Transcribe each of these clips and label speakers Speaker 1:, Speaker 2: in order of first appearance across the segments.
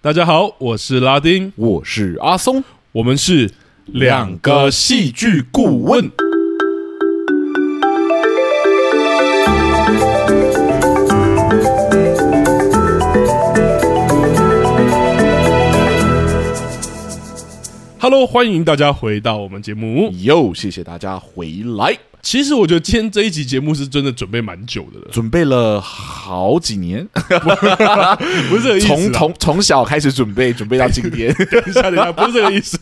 Speaker 1: 大家好，我是拉丁，
Speaker 2: 我是阿松，
Speaker 1: 我们是两个戏剧顾问。Hello，欢迎大家回到我们节目。
Speaker 2: 又谢谢大家回来，
Speaker 1: 其实我觉得今天这一集节目是真的准备蛮久的了，
Speaker 2: 准备了好几 年，
Speaker 1: 不是这个意思啦啊
Speaker 2: 从从从小开始准备，准备到今 天，
Speaker 1: 等一下，等一下，不是这个意思。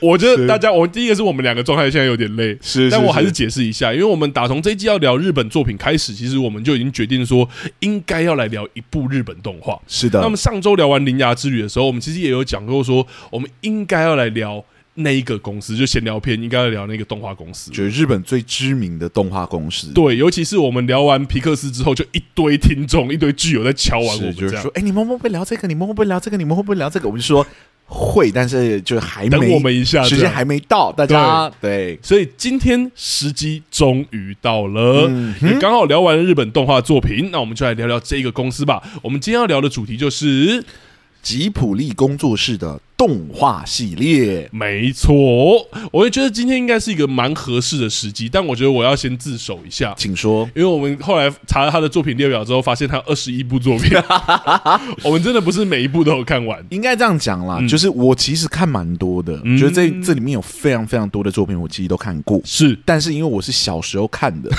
Speaker 1: 我觉得大家，我第一个是我们两个状态现在有点累，
Speaker 2: 是
Speaker 1: 但我还是解释一下，因为我们打从这一季要聊日本作品开始，其实我们就已经决定说应该要来聊一部日本动画。
Speaker 2: 是
Speaker 1: 那我
Speaker 2: 的
Speaker 1: 们，上周聊完《铃芽之旅》的时候，我们其实也有讲过说，我们应该要来聊那一个公司，就闲聊片应该要聊那个动画公司。
Speaker 2: 觉得日本最知名的动画公司，
Speaker 1: 对，尤其是我们聊完皮克斯之后，就一堆听众、一堆剧友在敲完我
Speaker 2: 是
Speaker 1: 们
Speaker 2: 就
Speaker 1: 这
Speaker 2: 是
Speaker 1: 样
Speaker 2: 说，。哎，你们会不会聊这个？你们会不会聊这个？你们会不会聊这个？我们就说会，但是就还
Speaker 1: 等
Speaker 2: 没，
Speaker 1: 我们一下，
Speaker 2: 时
Speaker 1: 这
Speaker 2: 间
Speaker 1: 样
Speaker 2: 还没到，大家对，
Speaker 1: 所以今天时机终于到了，
Speaker 2: 嗯
Speaker 1: 也刚好聊完了日本动画作品，那我们就来聊聊这个公司吧。我们今天要聊的主题就是，
Speaker 2: 吉普力工作室的动画系列，
Speaker 1: 没错，我也觉得今天应该是一个蛮合适的时机，但我觉得我要先自首一下。
Speaker 2: 请说。
Speaker 1: 因为我们后来查了他的作品列表之后，发现他有二十一部作 品，我们真的不是每一部都有看完。
Speaker 2: 应该这样讲啦，
Speaker 1: 嗯
Speaker 2: 就是我其实看蛮多的，
Speaker 1: 嗯
Speaker 2: 觉得这这里面有非常非常多的作品，我其实都看过。
Speaker 1: 是，
Speaker 2: 但是因为我是小时候看 的，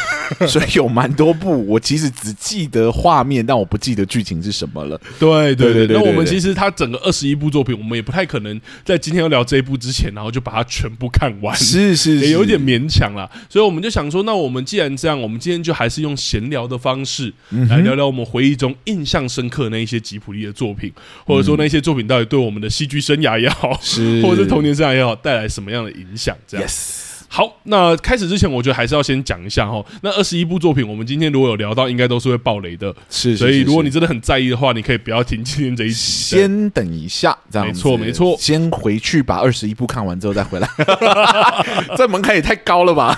Speaker 2: 所以有蛮多部我其实只记得画面，但我不记得剧情是什么了。
Speaker 1: 对对
Speaker 2: 对对对
Speaker 1: 那我们
Speaker 2: 对
Speaker 1: 其实他整个二十一部作品，我们也不太可能在今天要聊这一部之前，然后就把它全部看完。
Speaker 2: 是是
Speaker 1: 也
Speaker 2: 是，
Speaker 1: 有点勉强啦，所以我们就想说，那我们既然这样，我们今天就还是用闲聊的方式
Speaker 2: 嗯
Speaker 1: 来聊聊我们回忆中印象深刻的那一些吉普力的作品，或者说那些作品到底对我们的戏剧生涯也好，
Speaker 2: 是，
Speaker 1: 或者是童年生涯也好，带来什么样的影响？这样。
Speaker 2: yes，
Speaker 1: 好，那开始之前，我觉得还是要先讲一下哈，那二十一部作品，我们今天如果有聊到，应该都是会爆雷的，
Speaker 2: 是。
Speaker 1: 所以
Speaker 2: 是
Speaker 1: 如果你
Speaker 2: 是
Speaker 1: 真的很在意的话，你可以不要听今天这一集。对
Speaker 2: 先等一下，这样子
Speaker 1: 没错没错
Speaker 2: 先回去把二十一部看完之后 再回来， 这门槛也太高了吧？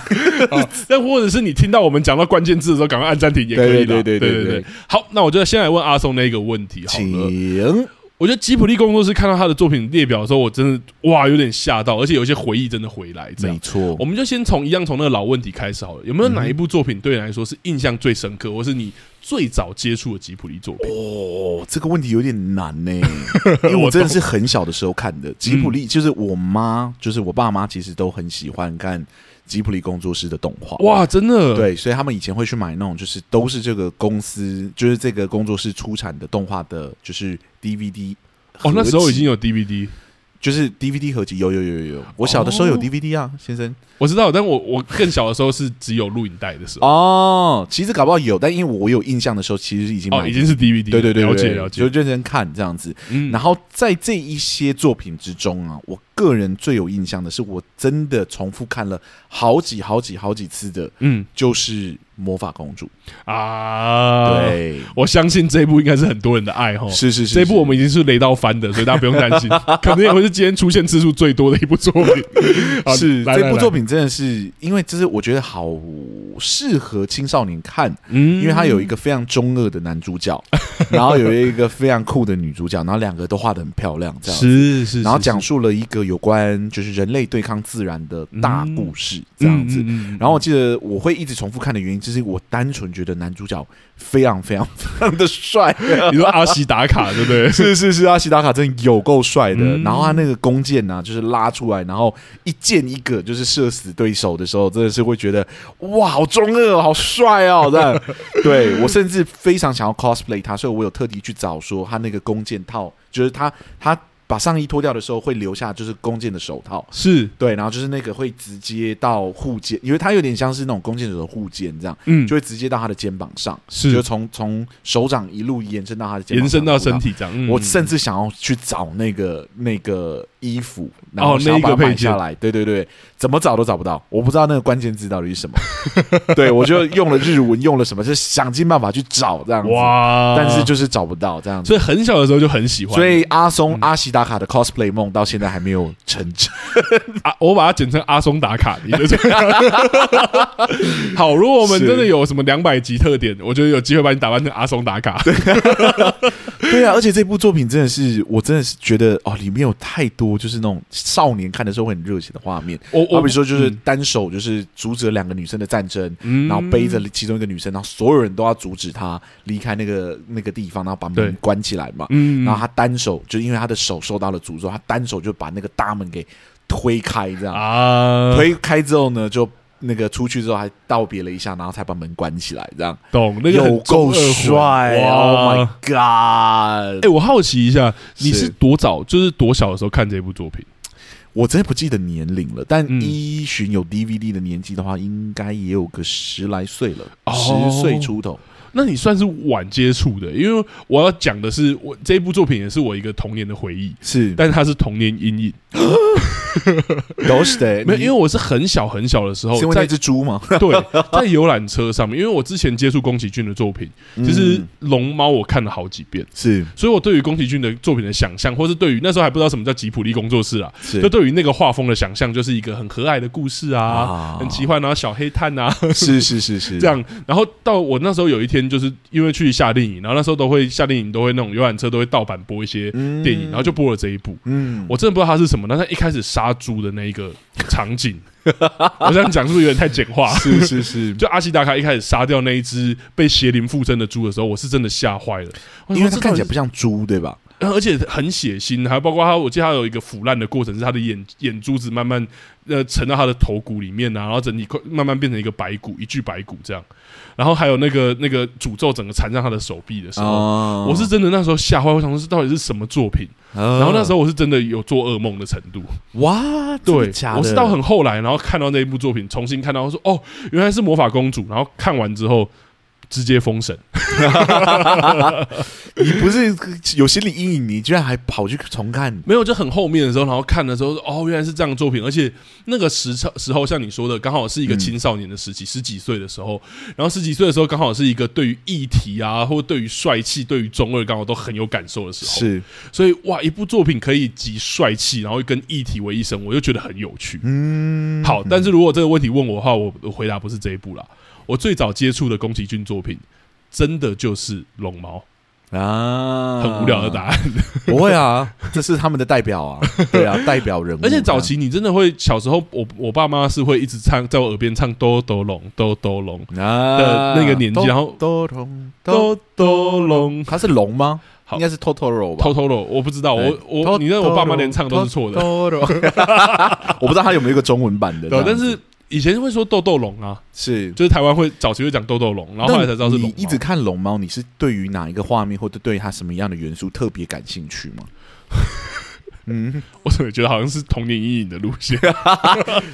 Speaker 1: 啊 但或者是你听到我们讲到关键字的时候，赶快按暂停也可以的。
Speaker 2: 对对对
Speaker 1: 对
Speaker 2: 对对
Speaker 1: 对。好，那我就先来问阿松那个问题好了。
Speaker 2: 请
Speaker 1: 我觉得吉普力工作室看到他的作品列表的时候，我真的哇有点吓到，而且有一些回忆真的回来。这
Speaker 2: 没
Speaker 1: 样，
Speaker 2: 错嗯
Speaker 1: 我，们就先从一样从那个老问题开始好了。有没有哪一部作品对你来说是印象最深刻，或是你最早接触的吉普力作品？
Speaker 2: 哦，这个问题有点难 呢、因为我真的是很小的时候看的吉
Speaker 1: 嗯
Speaker 2: 普力，就是我妈，就是我爸妈，其实都很喜欢看吉普力工作室的动画。
Speaker 1: 哇，真的，
Speaker 2: 对，所以他们以前会去买那种，就是都是这个公司，就是这个工作室出产的动画的，就是 DVD 合集。
Speaker 1: 哦，那时候已经有 DVD，
Speaker 2: 就是 DVD 合集，有有有有有，我小的时候有
Speaker 1: 哦
Speaker 2: DVD 啊，先生。
Speaker 1: 我知道，但我我更小的时候是只有录影带的时候，
Speaker 2: 哦，其实搞不好有，但因为我有印象的时候，其实已经买
Speaker 1: 哦，已经是 DVD，
Speaker 2: 对对对，对
Speaker 1: 了解
Speaker 2: 对
Speaker 1: 了
Speaker 2: 就
Speaker 1: 解。
Speaker 2: 认真看这样子。
Speaker 1: 嗯
Speaker 2: 然后在这一些作品之中啊，我个人最有印象的是，我真的重复看了好几好几好几次的，
Speaker 1: 嗯
Speaker 2: 就是《魔法公主》
Speaker 1: 啊，。
Speaker 2: 对，
Speaker 1: 我相信这一部应该是很多人的爱哈。
Speaker 2: 是是是，
Speaker 1: 这一部我
Speaker 2: 们
Speaker 1: 们已经是雷到翻的，所以大家不用担心， 可能也会是今天出现次数最多的一部作 品。好
Speaker 2: 是
Speaker 1: 啊来
Speaker 2: 这部作
Speaker 1: 品，
Speaker 2: 品真的是，因为这是我觉得好适合青少年看，
Speaker 1: 嗯
Speaker 2: 因为它有一个非常中二的男主 角，然后有一个非常酷的女主角，然后两个都画的很漂亮，这样子。
Speaker 1: 是是，
Speaker 2: 然后讲
Speaker 1: 是
Speaker 2: 述了一个有关就是人类对抗自然的大故事，这样
Speaker 1: 嗯
Speaker 2: 子。，
Speaker 1: 嗯嗯嗯嗯
Speaker 2: 然后我记得我会一直重复看的原因，就是我单纯觉得男主角非常非常 非常的帅，
Speaker 1: 你说阿西打卡对不对？
Speaker 2: 是是是，阿西达卡真的有够帅的。
Speaker 1: 嗯
Speaker 2: 然后他那个弓箭呢、啊，就是拉出来，然后一箭一个，就是射死对手的时候，真的是会觉得哇，好中二哦，好帅哦，这样。 对我甚至非常想要 cosplay 他，所以我有特地去找说他那个弓箭套，就是他他把上衣脱掉的时候会留下就是弓箭的手套。
Speaker 1: 是，
Speaker 2: 对，然后就是那个会直接到护肩，因为它有点像是那种弓箭手的护肩这样，
Speaker 1: 嗯
Speaker 2: 就，会直接到他的肩膀上，就是从从手掌一路延伸到他的肩膀
Speaker 1: 延
Speaker 2: 上
Speaker 1: 伸到
Speaker 2: 的
Speaker 1: 身
Speaker 2: 裤裆。
Speaker 1: 体这样。嗯
Speaker 2: 我
Speaker 1: 嗯
Speaker 2: 甚至想要去找那个那个衣服，然后
Speaker 1: 哦
Speaker 2: 想
Speaker 1: 那
Speaker 2: 要
Speaker 1: 一个
Speaker 2: 把它买
Speaker 1: 配件
Speaker 2: 下来。对对对，怎么找都找不到，我不知道那个关键字到底是什 么。对我就用了日文，用了什么，就想尽办法去找这样子，
Speaker 1: 哇，
Speaker 2: 但是就是找不到这样子。
Speaker 1: 所以很小的时候就很喜欢，嗯
Speaker 2: 所以阿松、阿西达卡的 cosplay 梦到现在还没有成真。
Speaker 1: 啊，我把它简称阿松打卡， 你就这样。好，如果我们真的有什么两百集特点，我觉得有机会把你打扮成阿松打卡。
Speaker 2: 对啊，而且这部作品真的是，我真的是觉得哦，里面有太多就是那种少年看的时候会很热血的画面。
Speaker 1: 我
Speaker 2: 好
Speaker 1: 我
Speaker 2: 比说，就是单手就是阻止了两个女生的战争，
Speaker 1: 嗯
Speaker 2: 然后背着其中一个女生，然后所有人都要阻止她离开那个那个地方，然后把
Speaker 1: 对
Speaker 2: 门关起来嘛。
Speaker 1: 嗯，
Speaker 2: 然后他单手就因为他的手受到了诅咒，他单手就把那个大门给推开，这样、
Speaker 1: 啊，
Speaker 2: 推开之后呢，就那个出去之后还道别了一下，然后才把门关起来，这样
Speaker 1: 懂那个很
Speaker 2: 有
Speaker 1: 中二
Speaker 2: 够
Speaker 1: 魂
Speaker 2: 帅
Speaker 1: 哇！
Speaker 2: ！Oh my god！、
Speaker 1: 哎、我好奇一下，你是
Speaker 2: 是
Speaker 1: 多早，就是多小的时候看这部作品？
Speaker 2: 我真的不记得年龄了，但
Speaker 1: 嗯
Speaker 2: 依循有 DVD 的年纪的话，应该也有个十来岁了，
Speaker 1: 哦
Speaker 2: 十岁出头。
Speaker 1: 那你算是晚接触的，因为我要讲的是，我这部作品也是我一个童年的回忆，
Speaker 2: 是，
Speaker 1: 但是它是童年阴影。
Speaker 2: 都是的，
Speaker 1: 没有，
Speaker 2: 你
Speaker 1: 因为我是很小很小的时候
Speaker 2: 是因为那
Speaker 1: 在
Speaker 2: 只 猪吗？
Speaker 1: 对 在游览车上面，因为我之前接触宫崎骏的作品，其实《
Speaker 2: 嗯
Speaker 1: 龙猫》我看了好几遍，
Speaker 2: 是
Speaker 1: 所以我对于宫崎骏的作品的想象，或是对于那时候还不知道什么叫吉普力工作室啊，
Speaker 2: 是
Speaker 1: 就对于那个画风的想象，就是一个很和蔼的故事啊，
Speaker 2: 啊
Speaker 1: 很奇幻，然后小黑炭啊，
Speaker 2: 是是是 是
Speaker 1: 这样，然后到我那时候有一天，就是因为去夏令营，然后那时候都会夏令营都会那种游览车都会盗版播一些电影，然后就播了这一部。
Speaker 2: 嗯，
Speaker 1: 我真的不知道它是什么，但它一开始杀猪的那一个场 景，我这样讲是不是有点太简化？
Speaker 2: 是是是，
Speaker 1: 就阿西达卡一开始杀掉那一只被邪灵附身的猪的时候，我是真的吓坏了，我想说
Speaker 2: 因为它
Speaker 1: 这
Speaker 2: 看起来
Speaker 1: 到
Speaker 2: 不像猪，对吧？
Speaker 1: 底是，而且很血腥，还包括它，我记得它有一个腐烂的过程，是它的眼眼珠子慢慢呃沉到它的头骨里面啊，然后整体快慢慢变成一个白骨，一具白骨这样，然后还有那个那个诅咒整个缠上他的手臂的时候。
Speaker 2: 哦
Speaker 1: 我是真的那时候吓坏，我想说这到底是什么作品？然
Speaker 2: 然
Speaker 1: 后那时候
Speaker 2: 候
Speaker 1: 我是真的有做噩梦的程度，
Speaker 2: 哇，啊真的
Speaker 1: 对
Speaker 2: 假，的
Speaker 1: 我是到很后来，然后看到那一部作品，重新看到，我说哦，原来是魔法公主。然后看完之后直接封神，
Speaker 2: 你不是有心理阴影，你居然还跑去重看，
Speaker 1: 没有就很后面的时候，然后看的时候说哦，原来是这样的作品，而且那个时候时候像你说的，刚好是一个
Speaker 2: 嗯
Speaker 1: 青少年的时期，十几岁的时候，然后十几岁的时候刚好是一个对于议题啊，或对于帅气、对于中二刚好都很有感受的时候，
Speaker 2: 是
Speaker 1: 所以哇，一部作品可以集帅气，然后跟议题为一身，我就觉得很有趣。
Speaker 2: 嗯
Speaker 1: 好，但是如果这个问题问我的话，我我回答不是这一部啦。我最早接触的宫崎骏作品，真的就是《龙猫
Speaker 2: 啊》，
Speaker 1: 很无聊的答案。
Speaker 2: 不会啊，这是他们的代表啊，对啊，代表人物。
Speaker 1: 嗯而且早期你真的会，小时候我我爸妈是会一直唱，在我耳边唱“哆哆龙，哆哆龙，
Speaker 2: 这样啊
Speaker 1: 的那个年纪然后
Speaker 2: 都龙都，
Speaker 1: 哆哆龙
Speaker 2: 他是龙吗？
Speaker 1: 好
Speaker 2: 应该是 Totoro 吧。
Speaker 1: 偷偷 o 我不知道，我
Speaker 2: 对
Speaker 1: 我你知道我爸妈连唱都是错的，
Speaker 2: Totoro，我不知道他有没有一个中文版的这
Speaker 1: 对，啊
Speaker 2: 样子，
Speaker 1: 但是以前会说豆豆龙啊，
Speaker 2: 是
Speaker 1: 就是台湾会早期会讲豆豆龙，然后后来才知道是
Speaker 2: 那
Speaker 1: 龙啊
Speaker 2: 你
Speaker 1: 猫。
Speaker 2: 一直看龙猫，你是对于哪一个画面或者对它什么样的元素特别感兴趣吗？ 嗯，
Speaker 1: 我怎么觉得好像是童年阴影的路 线？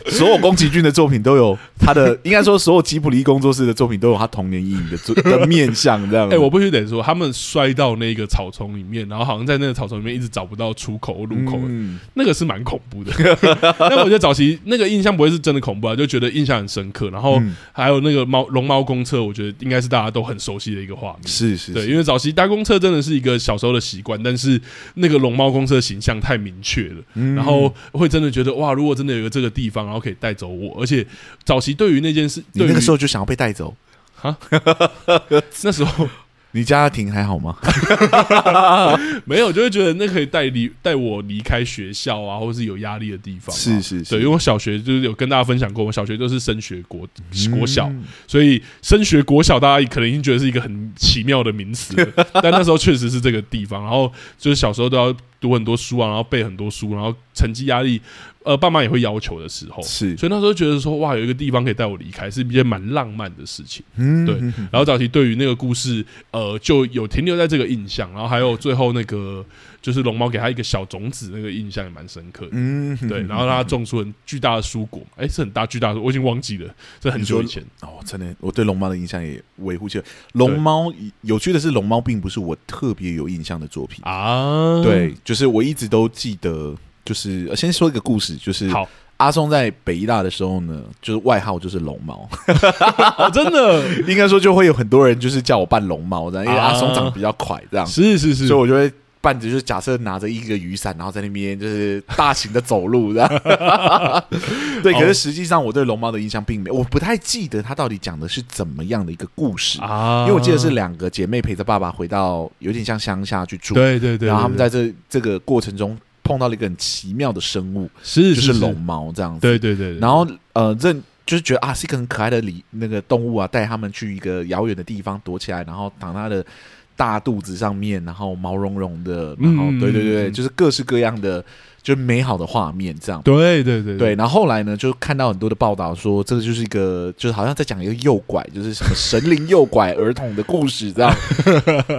Speaker 2: 所有宫崎骏的作品都有他 的，应该说所有吉卜力工作室的作品都有他童年阴影的作的面相这样
Speaker 1: 哎、
Speaker 2: 子。
Speaker 1: 我必须得说，他们摔到那个草丛里面，然后好像在那个草丛里面一直找不到出口或入口，
Speaker 2: 嗯
Speaker 1: 那个是蛮恐怖的。 但我觉得早期那个印象不会是真的恐怖啊，就觉得印象很深刻。然后
Speaker 2: 嗯
Speaker 1: 还有那个猫龙猫公车，我觉得应该是大家都很熟悉的一个画面。
Speaker 2: 是是
Speaker 1: 对，
Speaker 2: 是，
Speaker 1: 因为早期搭公车真的是一个小时候的习惯，但是那个龙猫公车的形象太明确了，
Speaker 2: 嗯
Speaker 1: 然后会真的觉得哇，如果真的有一个这个地方，然后可以带走我，而且早期对于那件事，
Speaker 2: 你
Speaker 1: 对
Speaker 2: 那
Speaker 1: 于
Speaker 2: 个时候就想要被带走，
Speaker 1: 那时候
Speaker 2: 你家庭还好吗？
Speaker 1: 没有，就会觉得那可以带离带我离开学校啊，或是有压力的地方啊、
Speaker 2: 是是是
Speaker 1: 对，因为我小学就是有跟大家分享过，我小学都是升学国 国小，
Speaker 2: 嗯
Speaker 1: 所以升学国小大家可能已经觉得是一个很奇妙的名 词了，但那时候确实是这个地方。然后就是小时候都要读很多书啊，然后背很多书，然后成绩压力，呃，爸妈也会要求的时候，
Speaker 2: 是，
Speaker 1: 所以那时候觉得说哇，有一个地方可以带我离开，是一件蛮浪漫的事情。
Speaker 2: 嗯
Speaker 1: 对
Speaker 2: 嗯嗯
Speaker 1: 然后早期对于那个故事，呃，就有停留在这个印象，然后还有最后那个就是龙猫给他一个小种子，那个印象也蛮深刻的。
Speaker 2: 嗯，嗯
Speaker 1: 对，然后让他种出很巨大的蔬果嘛，哎，是很大巨大的，我已经忘记了，这很久以前。
Speaker 2: 哦，真的，我对龙猫的印象也维护起来。龙猫有趣的是，龙猫并不是我特别有印象的作品。
Speaker 1: 啊，
Speaker 2: 对，，就是我一直都记得，就是呃先说一个故事，就是
Speaker 1: 好，
Speaker 2: 阿松在北医大的时候呢，就是外号就是龙猫，
Speaker 1: 哦，真的
Speaker 2: 应该说就会有很多人就是叫我扮龙猫这样，因为
Speaker 1: 啊
Speaker 2: 阿松长得比较快这样，
Speaker 1: 是是是
Speaker 2: 所以，我就会伴着就是假设拿着一个雨伞，然后在那边就是大型的走 路，这样。对，
Speaker 1: 哦
Speaker 2: 可是实际上我对龙猫的印象并没有，我不太记得它到底讲的是怎么样的一个故事，
Speaker 1: 啊
Speaker 2: 因为我记得是两个姐妹陪着爸爸回到有点像乡下去住，
Speaker 1: 对对对，
Speaker 2: 然后他们
Speaker 1: 对
Speaker 2: 在这这个过程中碰到了一个很奇妙的生物，
Speaker 1: 是
Speaker 2: 就是龙，猫这样子。
Speaker 1: 对对对，对
Speaker 2: 然后呃，认就是觉得啊是一个很可爱的理那个动物啊，带他们去一个遥远的地方躲起来，然后躺它的大肚子上面，然后毛茸茸的，然后、
Speaker 1: 嗯
Speaker 2: 对对对，
Speaker 1: 嗯
Speaker 2: 就是各式各样的就是美好的画面这样。
Speaker 1: 对对对
Speaker 2: 对，然后后来呢，就看到很多的报道说，这个就是一个，就是好像在讲一个诱拐，就是什么神灵诱拐儿童的故 事这样。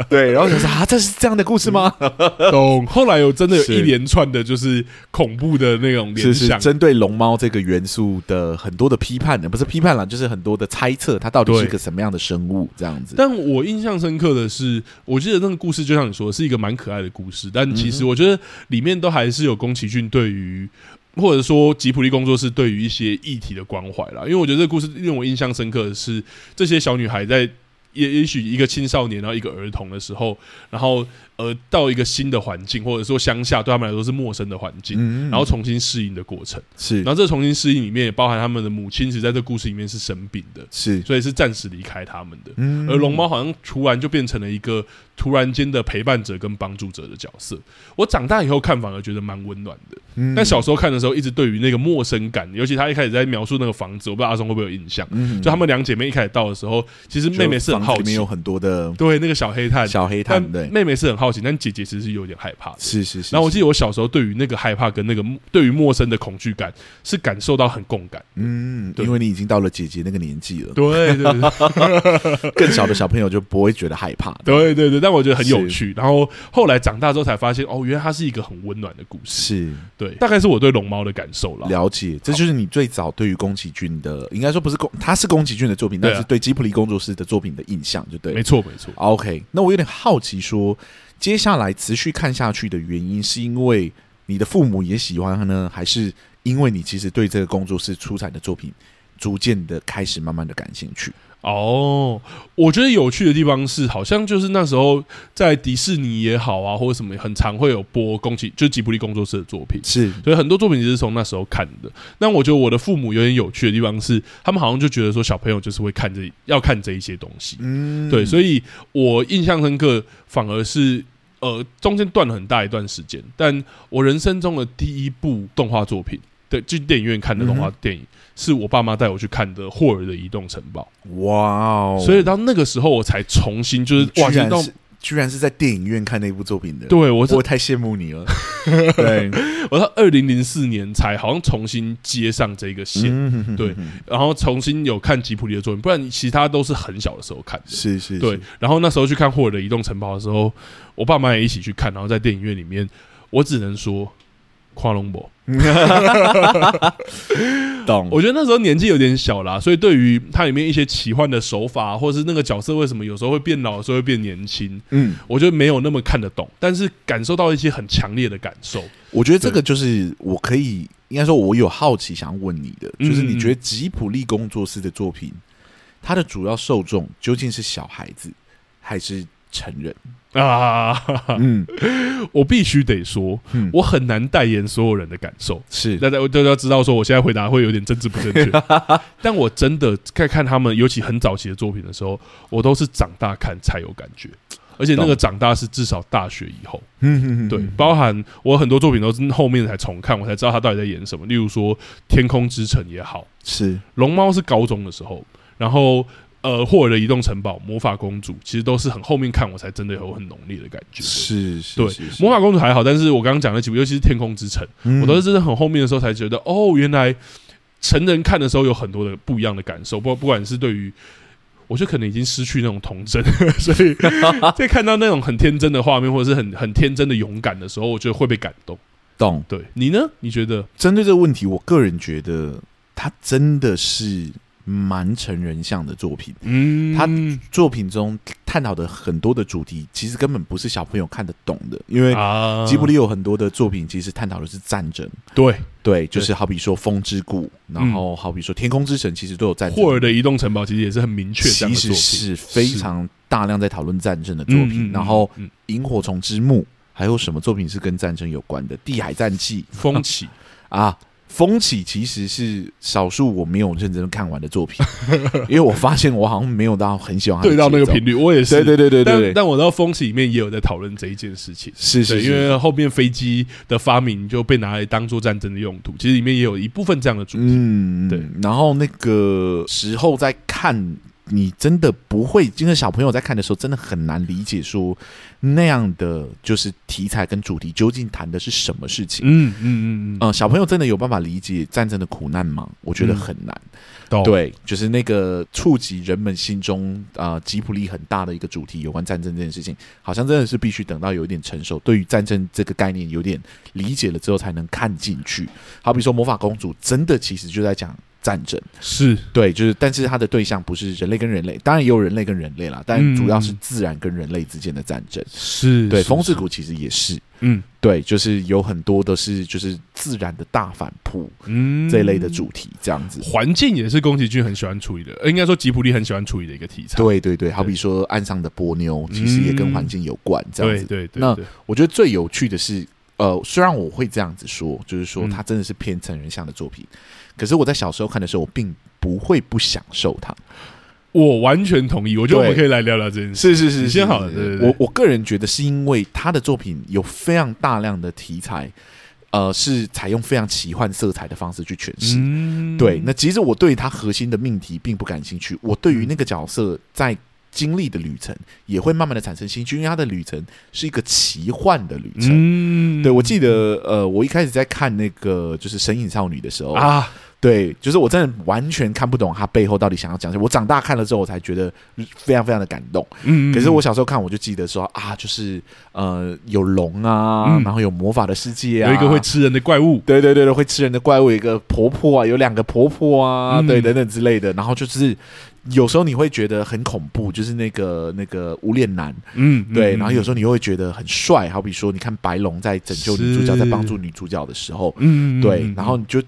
Speaker 2: 对，然后想说啊，这是这样的故事吗？
Speaker 1: 懂。后来有真的有
Speaker 2: 是
Speaker 1: 一连串的，就是恐怖的那种
Speaker 2: 是
Speaker 1: 联
Speaker 2: 是
Speaker 1: 想，
Speaker 2: 针对龙猫这个元素的很多的批判的，不是批判啦，就是很多的猜测，它到底是一个什么样的生物这样子。
Speaker 1: 但我印象深刻的是，我记得那个故事就像你说，是一个蛮可爱的故事，但其实我觉得里面都还是有宫崎骏对于。或者说吉普力工作室对于一些议题的关怀啦，因为我觉得这个故事令我印象深刻的是，这些小女孩在也也许一个青少年，然后一个儿童的时候，然后呃到一个新的环境，或者说乡下对他们来说是陌生的环境，
Speaker 2: 嗯
Speaker 1: 然后重新适应的过程。
Speaker 2: 是
Speaker 1: 然后这重新适应里面也包含他们的母亲，其实在这故事里面是生病的，
Speaker 2: 是，
Speaker 1: 所以是暂时离开他们的。
Speaker 2: 嗯
Speaker 1: 而龙猫好像突然就变成了一个突然间的陪伴者跟帮助者的角色。我长大以后看反而觉得蛮温暖的，
Speaker 2: 嗯
Speaker 1: 但小时候看的时候一直对于那个陌生感，尤其他一开始在描述那个房子，我不知道阿松会不会有印象。
Speaker 2: 嗯
Speaker 1: 就他们两姐妹一开始到的时候，其实妹妹是很
Speaker 2: 就房
Speaker 1: 好
Speaker 2: 子里
Speaker 1: 奇
Speaker 2: 面有，很多的
Speaker 1: 对那个小黑炭，
Speaker 2: 小黑
Speaker 1: 但
Speaker 2: 炭，对，
Speaker 1: 妹妹是很好奇，但姐姐其实是有点害怕的。
Speaker 2: 是是是。
Speaker 1: 然后我
Speaker 2: 是
Speaker 1: 记得我小时候对于那个害怕跟那个对于陌生的恐惧感是感受到很共感。
Speaker 2: 嗯，
Speaker 1: 对
Speaker 2: 因为你已经到了姐姐那个年纪了，
Speaker 1: 对对对
Speaker 2: 更小的小朋友就不会觉得害怕。
Speaker 1: 对对对，但我觉得很有趣。然后后来长大之后才发现，哦，原来它是一个很温暖的故事。
Speaker 2: 是
Speaker 1: 对，大概是我对龙猫的感受啦。
Speaker 2: 了解，这就是你最早对于宫崎骏的，应该说不是宫，他是宫崎骏的作品，
Speaker 1: 对啊
Speaker 2: 但是对吉普力工作室的作品的印象，就对了
Speaker 1: 没。错没错，
Speaker 2: OK，那我有点好奇说，接下来持续看下去的原因，是因为你的父母也喜欢呢，还是因为你其实对这个工作室出产的作品逐渐的开始慢慢的感兴趣？
Speaker 1: 哦，我觉得有趣的地方是，好像就是那时候在迪士尼也好啊，或者什么，很常会有播宫崎，就吉卜力工作室的作品。
Speaker 2: 是
Speaker 1: 所以很多作品其实是从那时候看的。那我觉得我的父母有点有趣的地方是，他们好像就觉得说小朋友就是会看这要看这一些东西。
Speaker 2: 嗯
Speaker 1: 对，
Speaker 2: 以
Speaker 1: 所以我印象深刻，反而是呃中间断了很大一段时间，但我人生中的第一部动画作品，对，去电影院看的动画
Speaker 2: 嗯哼
Speaker 1: 电影，是我爸妈带我去看的《霍尔的移动城堡
Speaker 2: 哇哦，》，
Speaker 1: 所以到那个时候我才重新就是
Speaker 2: 居
Speaker 1: 哇，移
Speaker 2: 然
Speaker 1: 动
Speaker 2: 是居然是在电影院看那部作品的，，
Speaker 1: 对我是
Speaker 2: 我太羡慕 你了。对，
Speaker 1: 我到二零零四年才好像重新接上这个线，
Speaker 2: 嗯
Speaker 1: 对，然后重新有看吉普力的作品，不然其他都是很小的时候看的。
Speaker 2: 是是，
Speaker 1: 对
Speaker 2: 是，，
Speaker 1: 然后那时候去看霍尔的移动城堡的时候，我爸妈也一起去看，然后在电影院里面，我只能说。跨
Speaker 2: 嗯
Speaker 1: 龙博，
Speaker 2: 懂。
Speaker 1: 我觉得那时候年纪有点小啦，所以对于它里面一些奇幻的手法，或是那个角色为什么有时候会变老，有时候会变年轻，
Speaker 2: 嗯，
Speaker 1: 我觉得没有那么看得懂，但是感受到一些很强烈的感受。
Speaker 2: 我觉得这个就是我可以，应该说，我有好奇想问你的，
Speaker 1: 嗯
Speaker 2: 就是你觉得吉普力工作室的作品，它的主要受众究竟是小孩子还是成人？
Speaker 1: 啊， 哈哈
Speaker 2: 嗯，
Speaker 1: 我必须得说
Speaker 2: 嗯，
Speaker 1: 我很难代言所有人的感受。
Speaker 2: 是
Speaker 1: 大家大家知道说，我现在回答会有点政治不正 确，但我真的在看他们，尤其很早期的作品的时候，我都是长大看才有感觉，而且那个
Speaker 2: 懂
Speaker 1: 长大是至少大学以后，
Speaker 2: 嗯
Speaker 1: 对，包含我很多作品都是后面才重看，我才知道他到底在演什么。例如说《天空之城》也好，
Speaker 2: 是
Speaker 1: 《龙猫》是高中的时候，然后。呃，霍尔的移动城堡、魔法公主，其实都是很后面看我才真的有很浓烈的感觉。
Speaker 2: 是是，
Speaker 1: 对
Speaker 2: 是，嗯
Speaker 1: 魔法公主还好，但是我刚刚讲的几部，尤其是《天空之城》，我都是真的很后面的时候才觉得，哦，原来成人看的时候有很多的不一样的感受，不不管是对于。我就可能已经失去那种童真， 所 以在看到那种很天真的画面，或者是很很天真的勇敢的时候，我觉得会被感动。
Speaker 2: 懂。
Speaker 1: 对你呢？你觉得？
Speaker 2: 针对这个问题，我个人觉得它真的是蛮成人向的作品。
Speaker 1: 嗯
Speaker 2: 他作品中探讨的很多的主题，其实根本不是小朋友看得懂的，因为
Speaker 1: 啊
Speaker 2: 吉卜力有很多的作品，其实探讨的是战争。
Speaker 1: 对
Speaker 2: 对，就是好比说《风之谷》，然
Speaker 1: 嗯
Speaker 2: 后好比说《天空之城》，其实都有战争。
Speaker 1: 霍尔的移动城堡其实也是很明确这样
Speaker 2: 其
Speaker 1: 的作
Speaker 2: 实
Speaker 1: 品，
Speaker 2: 是非常大量在讨论战争的作品。然后《
Speaker 1: 嗯
Speaker 2: 萤火虫之墓》还有什么作品是跟战争有关的？《地海战记
Speaker 1: 风起，》
Speaker 2: 啊，《风起》其实是少数我没有认真看完的 作品，因为我发现我好像没有到很喜欢它的
Speaker 1: 对到那个
Speaker 2: 节奏
Speaker 1: 频率，我也是。
Speaker 2: 啊对对对对对对
Speaker 1: 但但我到风起里面也有在讨论这一件事情。
Speaker 2: 是是
Speaker 1: 对，
Speaker 2: 是，
Speaker 1: 因为后面飞机的发明就被拿来当做战争的用途，其实里面也有一部分这样的主题。
Speaker 2: 嗯，
Speaker 1: 对。
Speaker 2: 然后那个时候在看，你真的不会，因为小朋友在看的时候，真的很难理解说那样的就是题材跟主题究竟谈的是什么事情。
Speaker 1: 嗯嗯嗯嗯，
Speaker 2: 嗯，小朋友真的有办法理解战争的苦难吗？我觉得很难。
Speaker 1: 懂。
Speaker 2: 对，就是那个触及人们心中啊、呃吉普力很大的一个主题，有关战争这件事情，好像真的是必须等到有一点成熟，对于战争这个概念有点理解了之后，才能看进去。好比说，魔法公主真的其实就在讲战争，
Speaker 1: 是
Speaker 2: 对，就是，但是它的对象不是人类跟人类，当然也有人类跟人类啦，但
Speaker 1: 嗯
Speaker 2: 主要是自然跟人类之间的战争。
Speaker 1: 是，
Speaker 2: 对，
Speaker 1: 是
Speaker 2: 风之谷其实也是。
Speaker 1: 嗯
Speaker 2: 对，就是有很多的是就是自然的大反扑
Speaker 1: 嗯
Speaker 2: 这一类的主题，这样子。
Speaker 1: 环境也是宫崎骏很喜欢处理的，呃应该说吉卜力很喜欢处理的一个题材。
Speaker 2: 对对对，好比说岸上的波妞，其实也跟环境有关，这
Speaker 1: 嗯
Speaker 2: 样
Speaker 1: 对
Speaker 2: 子。
Speaker 1: 对对，
Speaker 2: 那
Speaker 1: 对
Speaker 2: 我觉得最有趣的是，呃，虽然我会这样子说，就是说
Speaker 1: 嗯
Speaker 2: 它真的是偏成人向的作品，可是我在小时候看的时候，我并不会不享受它。
Speaker 1: 我完全同意，我觉得我们
Speaker 2: 对
Speaker 1: 可以来聊聊这件事。
Speaker 2: 是是是
Speaker 1: 你先好了对对对
Speaker 2: 我我个人觉得是因为他的作品有非常大量的题材，呃，是采用非常奇幻色彩的方式去诠释。
Speaker 1: 嗯
Speaker 2: 对，那其实我对他核心的命题并不感兴趣，我对
Speaker 1: 嗯
Speaker 2: 于那个角色在经历的旅程也会慢慢的产生兴趣，因为他的旅程是一个奇幻的旅程。
Speaker 1: 嗯
Speaker 2: 对，我记得，呃，我一开始在看那个就是《神隐少女》的时候，
Speaker 1: 啊，
Speaker 2: 对，就是我真的完全看不懂他背后到底想要讲什么。我长大看了之后，我才觉得非常非常的感动。
Speaker 1: 嗯，
Speaker 2: 可是我小时候看，我就记得说啊，就是呃有龙啊，
Speaker 1: 嗯
Speaker 2: 然后有魔法的世界啊，
Speaker 1: 有一个会吃人的怪物，
Speaker 2: 对对对对会吃人的怪物，有一个婆婆啊，有两个婆婆啊，
Speaker 1: 嗯
Speaker 2: 对等等之类的。然后就是有时候你会觉得很恐怖，就是那个那个无脸男，
Speaker 1: 嗯，
Speaker 2: 对。
Speaker 1: 嗯
Speaker 2: 然后有时候你又会觉得很帅，好比说你看白龙在拯救女主角，
Speaker 1: 是
Speaker 2: 在帮助女主角的时候，
Speaker 1: 嗯，嗯
Speaker 2: 对
Speaker 1: 嗯，
Speaker 2: 然后你就。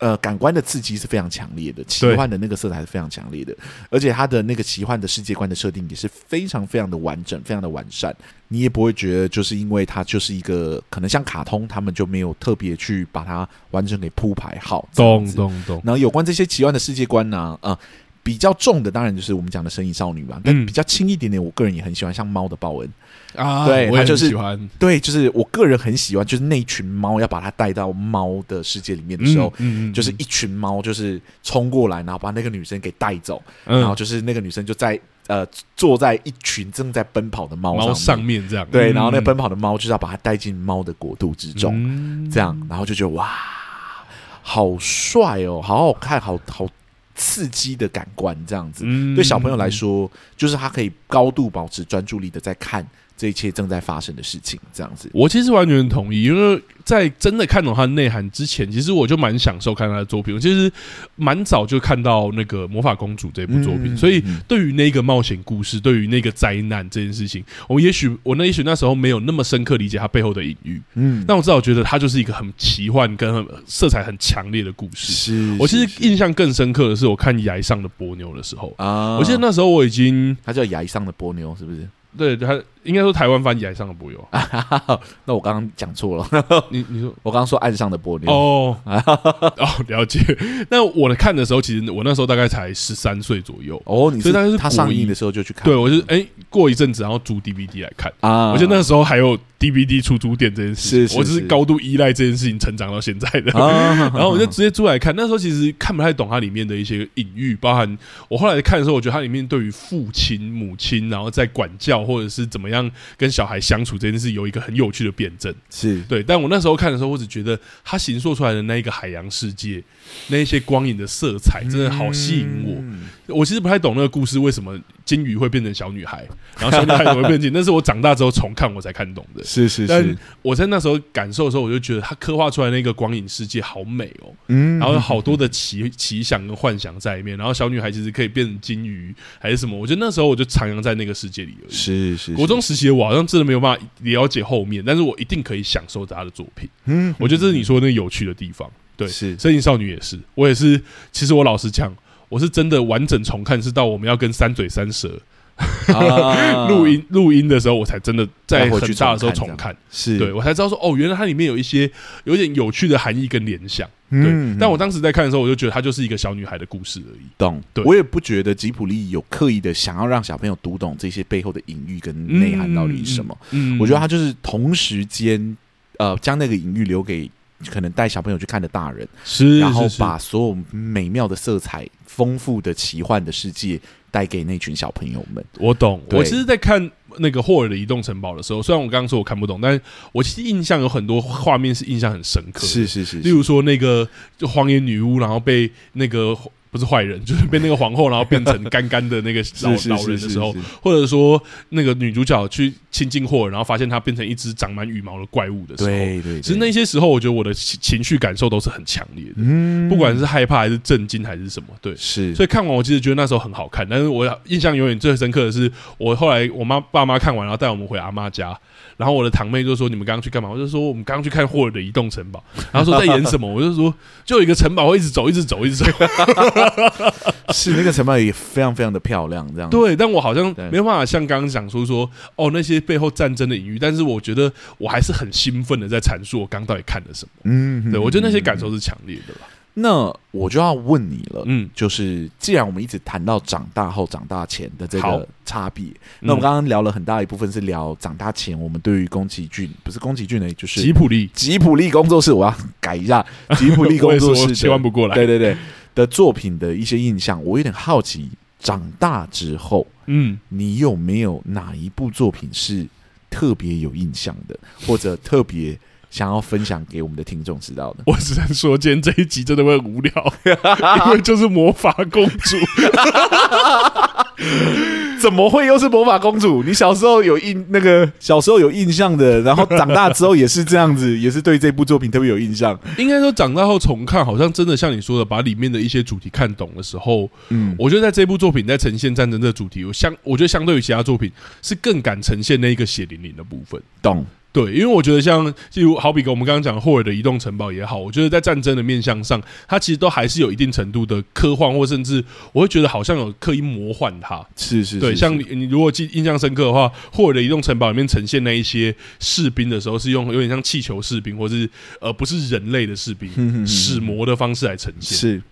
Speaker 2: 呃，感官的刺激是非常强烈的，奇
Speaker 1: 对
Speaker 2: 幻的那个色彩是非常强烈的，而且它的那个奇幻的世界观的设定也是非常非常的完整，非常的完善。你也不会觉得就是因为它就是一个可能像卡通，他们就没有特别去把它完整给铺排好。这样
Speaker 1: 懂
Speaker 2: 子。
Speaker 1: 懂懂，
Speaker 2: 然后有关这些奇幻的世界观呢、啊，比较重的当然就是我们讲的《神隐少女》吧，但
Speaker 1: 嗯
Speaker 2: 比较轻一点点，我个人也很喜欢像猫的报恩。
Speaker 1: 啊，
Speaker 2: 对
Speaker 1: 我也
Speaker 2: 他就
Speaker 1: 很
Speaker 2: 是
Speaker 1: 喜欢
Speaker 2: 对，就是我个人很喜欢，就是那一群猫要把它带到猫的世界里面的时候，
Speaker 1: 嗯
Speaker 2: 就是一群猫就是冲过来，然后把那个女生给带走，
Speaker 1: 然
Speaker 2: 然后就是那个女生就在呃坐在一群正在奔跑的猫
Speaker 1: 嗯
Speaker 2: 上
Speaker 1: 猫
Speaker 2: 面，
Speaker 1: 上面这样，
Speaker 2: 对，然后那
Speaker 1: 嗯
Speaker 2: 奔跑的猫就是要把它带进猫的国度之中，
Speaker 1: 嗯
Speaker 2: 这样，然后就觉得哇，好帅哦，好好看，好好刺激的感官这样子。
Speaker 1: 嗯
Speaker 2: 对小朋友来，说，就是他可以高度保持专注力的在看这一切正在发生的事情，这样子。
Speaker 1: 我其实完全同意，因为在真的看懂它的内涵之前，其实我就蛮享受看他的作品。我其实蛮早就看到那个《魔法公主》这部作品，
Speaker 2: 嗯
Speaker 1: 所以
Speaker 2: 嗯
Speaker 1: 对于那个冒险故事，对于那个灾难这件事情，我也许我那也许那时候没有那么深刻理解它背后的隐喻，
Speaker 2: 嗯
Speaker 1: 但我至少觉得它就是一个很奇幻跟很色彩很强烈的故事。
Speaker 2: 是
Speaker 1: 我其
Speaker 2: 是
Speaker 1: 实印象更深刻的是，我看《崖上的波妞》的时候，
Speaker 2: 啊，
Speaker 1: 我记得那时候我已经
Speaker 2: 他叫牙医上的波妞，是不是？
Speaker 1: 对他应该说台湾翻《崖上的波妞》
Speaker 2: 那我刚刚讲错了，
Speaker 1: 你你说
Speaker 2: 我刚刚说岸上的波 妞。
Speaker 1: 哦哦，了解。那我看的时候，其实我那时候大概才十三岁左右。
Speaker 2: 哦，你
Speaker 1: 所以大概是
Speaker 2: 他
Speaker 1: 国
Speaker 2: 上
Speaker 1: 一
Speaker 2: 映的时候就去看，
Speaker 1: 对，我是哎、过一阵子，然后租 DVD 来看。
Speaker 2: 啊，
Speaker 1: 我记得那时候还有 DVD 出租店这件事情，
Speaker 2: 是是
Speaker 1: 我只是
Speaker 2: 是
Speaker 1: 高度依赖这件事情成长到现在的。
Speaker 2: 啊，
Speaker 1: 然后我就直接租来看，那时候其实看不太懂它里面的一些隐喻，包含我后来看的时候，我觉得它里面对于父亲、母亲，然后在管教或者是怎么样跟小孩相处这件事，有一个很有趣的辩证。
Speaker 2: 是
Speaker 1: 对，但我那时候看的时候，我只觉得他形塑出来的那一个海洋世界，那一些光影的色彩，真的好吸引我。
Speaker 2: 我，
Speaker 1: 我其实不太懂那个故事为什么金鱼会变成小女孩，然后小女孩怎么会变金， 那是我长大之后重看我才看懂的。
Speaker 2: 是是
Speaker 1: 但，我在那时候感受的时候，我就觉得他刻画出来那个光影世界好美哦，
Speaker 2: 嗯
Speaker 1: 然后有好多的奇 奇想跟幻想在里面，然后小女孩其实可以变成金鱼还是什么，我觉得那时候我就徜徉在那个世界里而已。
Speaker 2: 是是
Speaker 1: 国中时期的我好像真的没有办法了解后面，但是我一定可以享受他的作品。
Speaker 2: 嗯
Speaker 1: 我觉得这是你说的那有趣的地方。对，
Speaker 2: 是
Speaker 1: 《身影少女》也是，我也是。其实我老实讲，我是真的完整重看，是到我们要跟三嘴三舌。
Speaker 2: 啊
Speaker 1: 录音录音的时候，我才真的在
Speaker 2: 再回去
Speaker 1: 很大的时候重
Speaker 2: 重看
Speaker 1: 看，
Speaker 2: 是
Speaker 1: 对我才知道说哦，原来它里面有一些有点有趣的含义跟联想。对，
Speaker 2: 嗯
Speaker 1: 但我当时在看的时候，我就觉得它就是一个小女孩的故事而已。
Speaker 2: 懂
Speaker 1: 对，
Speaker 2: 我也不觉得吉普力有刻意的想要让小朋友读懂这些背后的隐喻跟嗯内涵到底是什么。
Speaker 1: 嗯
Speaker 2: 我觉得他就是同时间，呃，将那个隐喻留给可能带小朋友去看的大人，
Speaker 1: 是，
Speaker 2: 然后
Speaker 1: 是是
Speaker 2: 把所有美妙的色彩、丰富的奇幻的世界带给那群小朋友们。
Speaker 1: 我懂。
Speaker 2: 对
Speaker 1: 我其实，在看那个霍尔的移动城堡的时候，虽然我刚刚说我看不懂，但是我其实印象有很多画面是印象很深刻的。
Speaker 2: 是是是
Speaker 1: 例如说那个就荒野女巫，然后被那个不是坏人， 就是被那个皇后，然后变成干干的那个老
Speaker 2: 是是
Speaker 1: 老
Speaker 2: 是
Speaker 1: 人
Speaker 2: 是
Speaker 1: 的时候
Speaker 2: 是，
Speaker 1: 或者说那个女主角去亲近霍尔，然后发现他变成一只长满羽毛的怪物的时候，
Speaker 2: 对对，
Speaker 1: 其实那些时候，我觉得我的情情绪感受都是很强烈的，
Speaker 2: 嗯
Speaker 1: 不管是害怕还是震惊还是什么，对。
Speaker 2: 是
Speaker 1: 所以看完，我其实觉得那时候很好看，但是我印象永远最深刻的是，我后来我妈爸妈看完，然后带我们回阿妈家，然后我的堂妹就说：“你们刚刚去干嘛？”我就说：“我们刚刚去看霍尔的移动城堡。”然后说在演什么，我就说：“就有一个城堡会一直走，一直走，一直走。
Speaker 2: 是那个城堡也非常非常的漂亮，这”样
Speaker 1: 对，但我好像
Speaker 2: 对
Speaker 1: 没办法像刚刚讲说说哦那些背后战争的隐喻，但是我觉得我还是很兴奋的在阐述我刚到底看了什么。
Speaker 2: 嗯
Speaker 1: 对我觉得那些感
Speaker 2: 受。
Speaker 1: 受是强烈的吧。
Speaker 2: 那我就要问你了，
Speaker 1: 嗯，
Speaker 2: 就是既然我们一直谈到长大后、长大前的这
Speaker 1: 好嗯
Speaker 2: 个差别，那我们刚刚聊了很大一部分是聊长大前我们对于宫崎骏，不是宫崎骏呢，就
Speaker 1: 吉
Speaker 2: 是
Speaker 1: 普力
Speaker 2: 吉普力工作室，我要改 一下吉普力
Speaker 1: 我
Speaker 2: 工
Speaker 1: 也是
Speaker 2: 作
Speaker 1: 我
Speaker 2: 室
Speaker 1: 切换
Speaker 2: 的，
Speaker 1: 不过来。
Speaker 2: 对对对的作品的一些印象，我有点好奇，长大之后
Speaker 1: 嗯，
Speaker 2: 你有没有哪一部作品是特别有印象的，或者特别想要分享给我们的听众知道的？
Speaker 1: 我只能说今天这一集真的会很无聊， 因为就是魔法公主。
Speaker 2: 怎么会又是魔法公主？你小时候有印那个小时候有印象的，然后长大之后也是这样 子，也是对这部作品特别有印象。
Speaker 1: 应该说长大后重看，好像真的像你说的，把里面的一些主题看懂的时候，
Speaker 2: 嗯，
Speaker 1: 我觉得在这部作品在呈现战争这个主题，我相我觉得相对于其他作品是更敢呈现那一个血淋淋的部分。
Speaker 2: 懂。
Speaker 1: 对，因为我觉得像，例如好比跟我们刚刚讲的霍尔的移动城堡也好，我觉得在战争的面向上，它其实都还是有一定程度的科幻，或甚至我会觉得好像有刻意魔幻它。
Speaker 2: 是是
Speaker 1: 对，
Speaker 2: 是
Speaker 1: 像
Speaker 2: 是
Speaker 1: 你你如果记印象深刻的话，霍尔的移动城堡里面呈现那一些士兵的时候，是用有点像气球士兵，或是呃不是人类的士兵，
Speaker 2: 嗯嗯嗯
Speaker 1: 使魔的方式来呈现。
Speaker 2: 是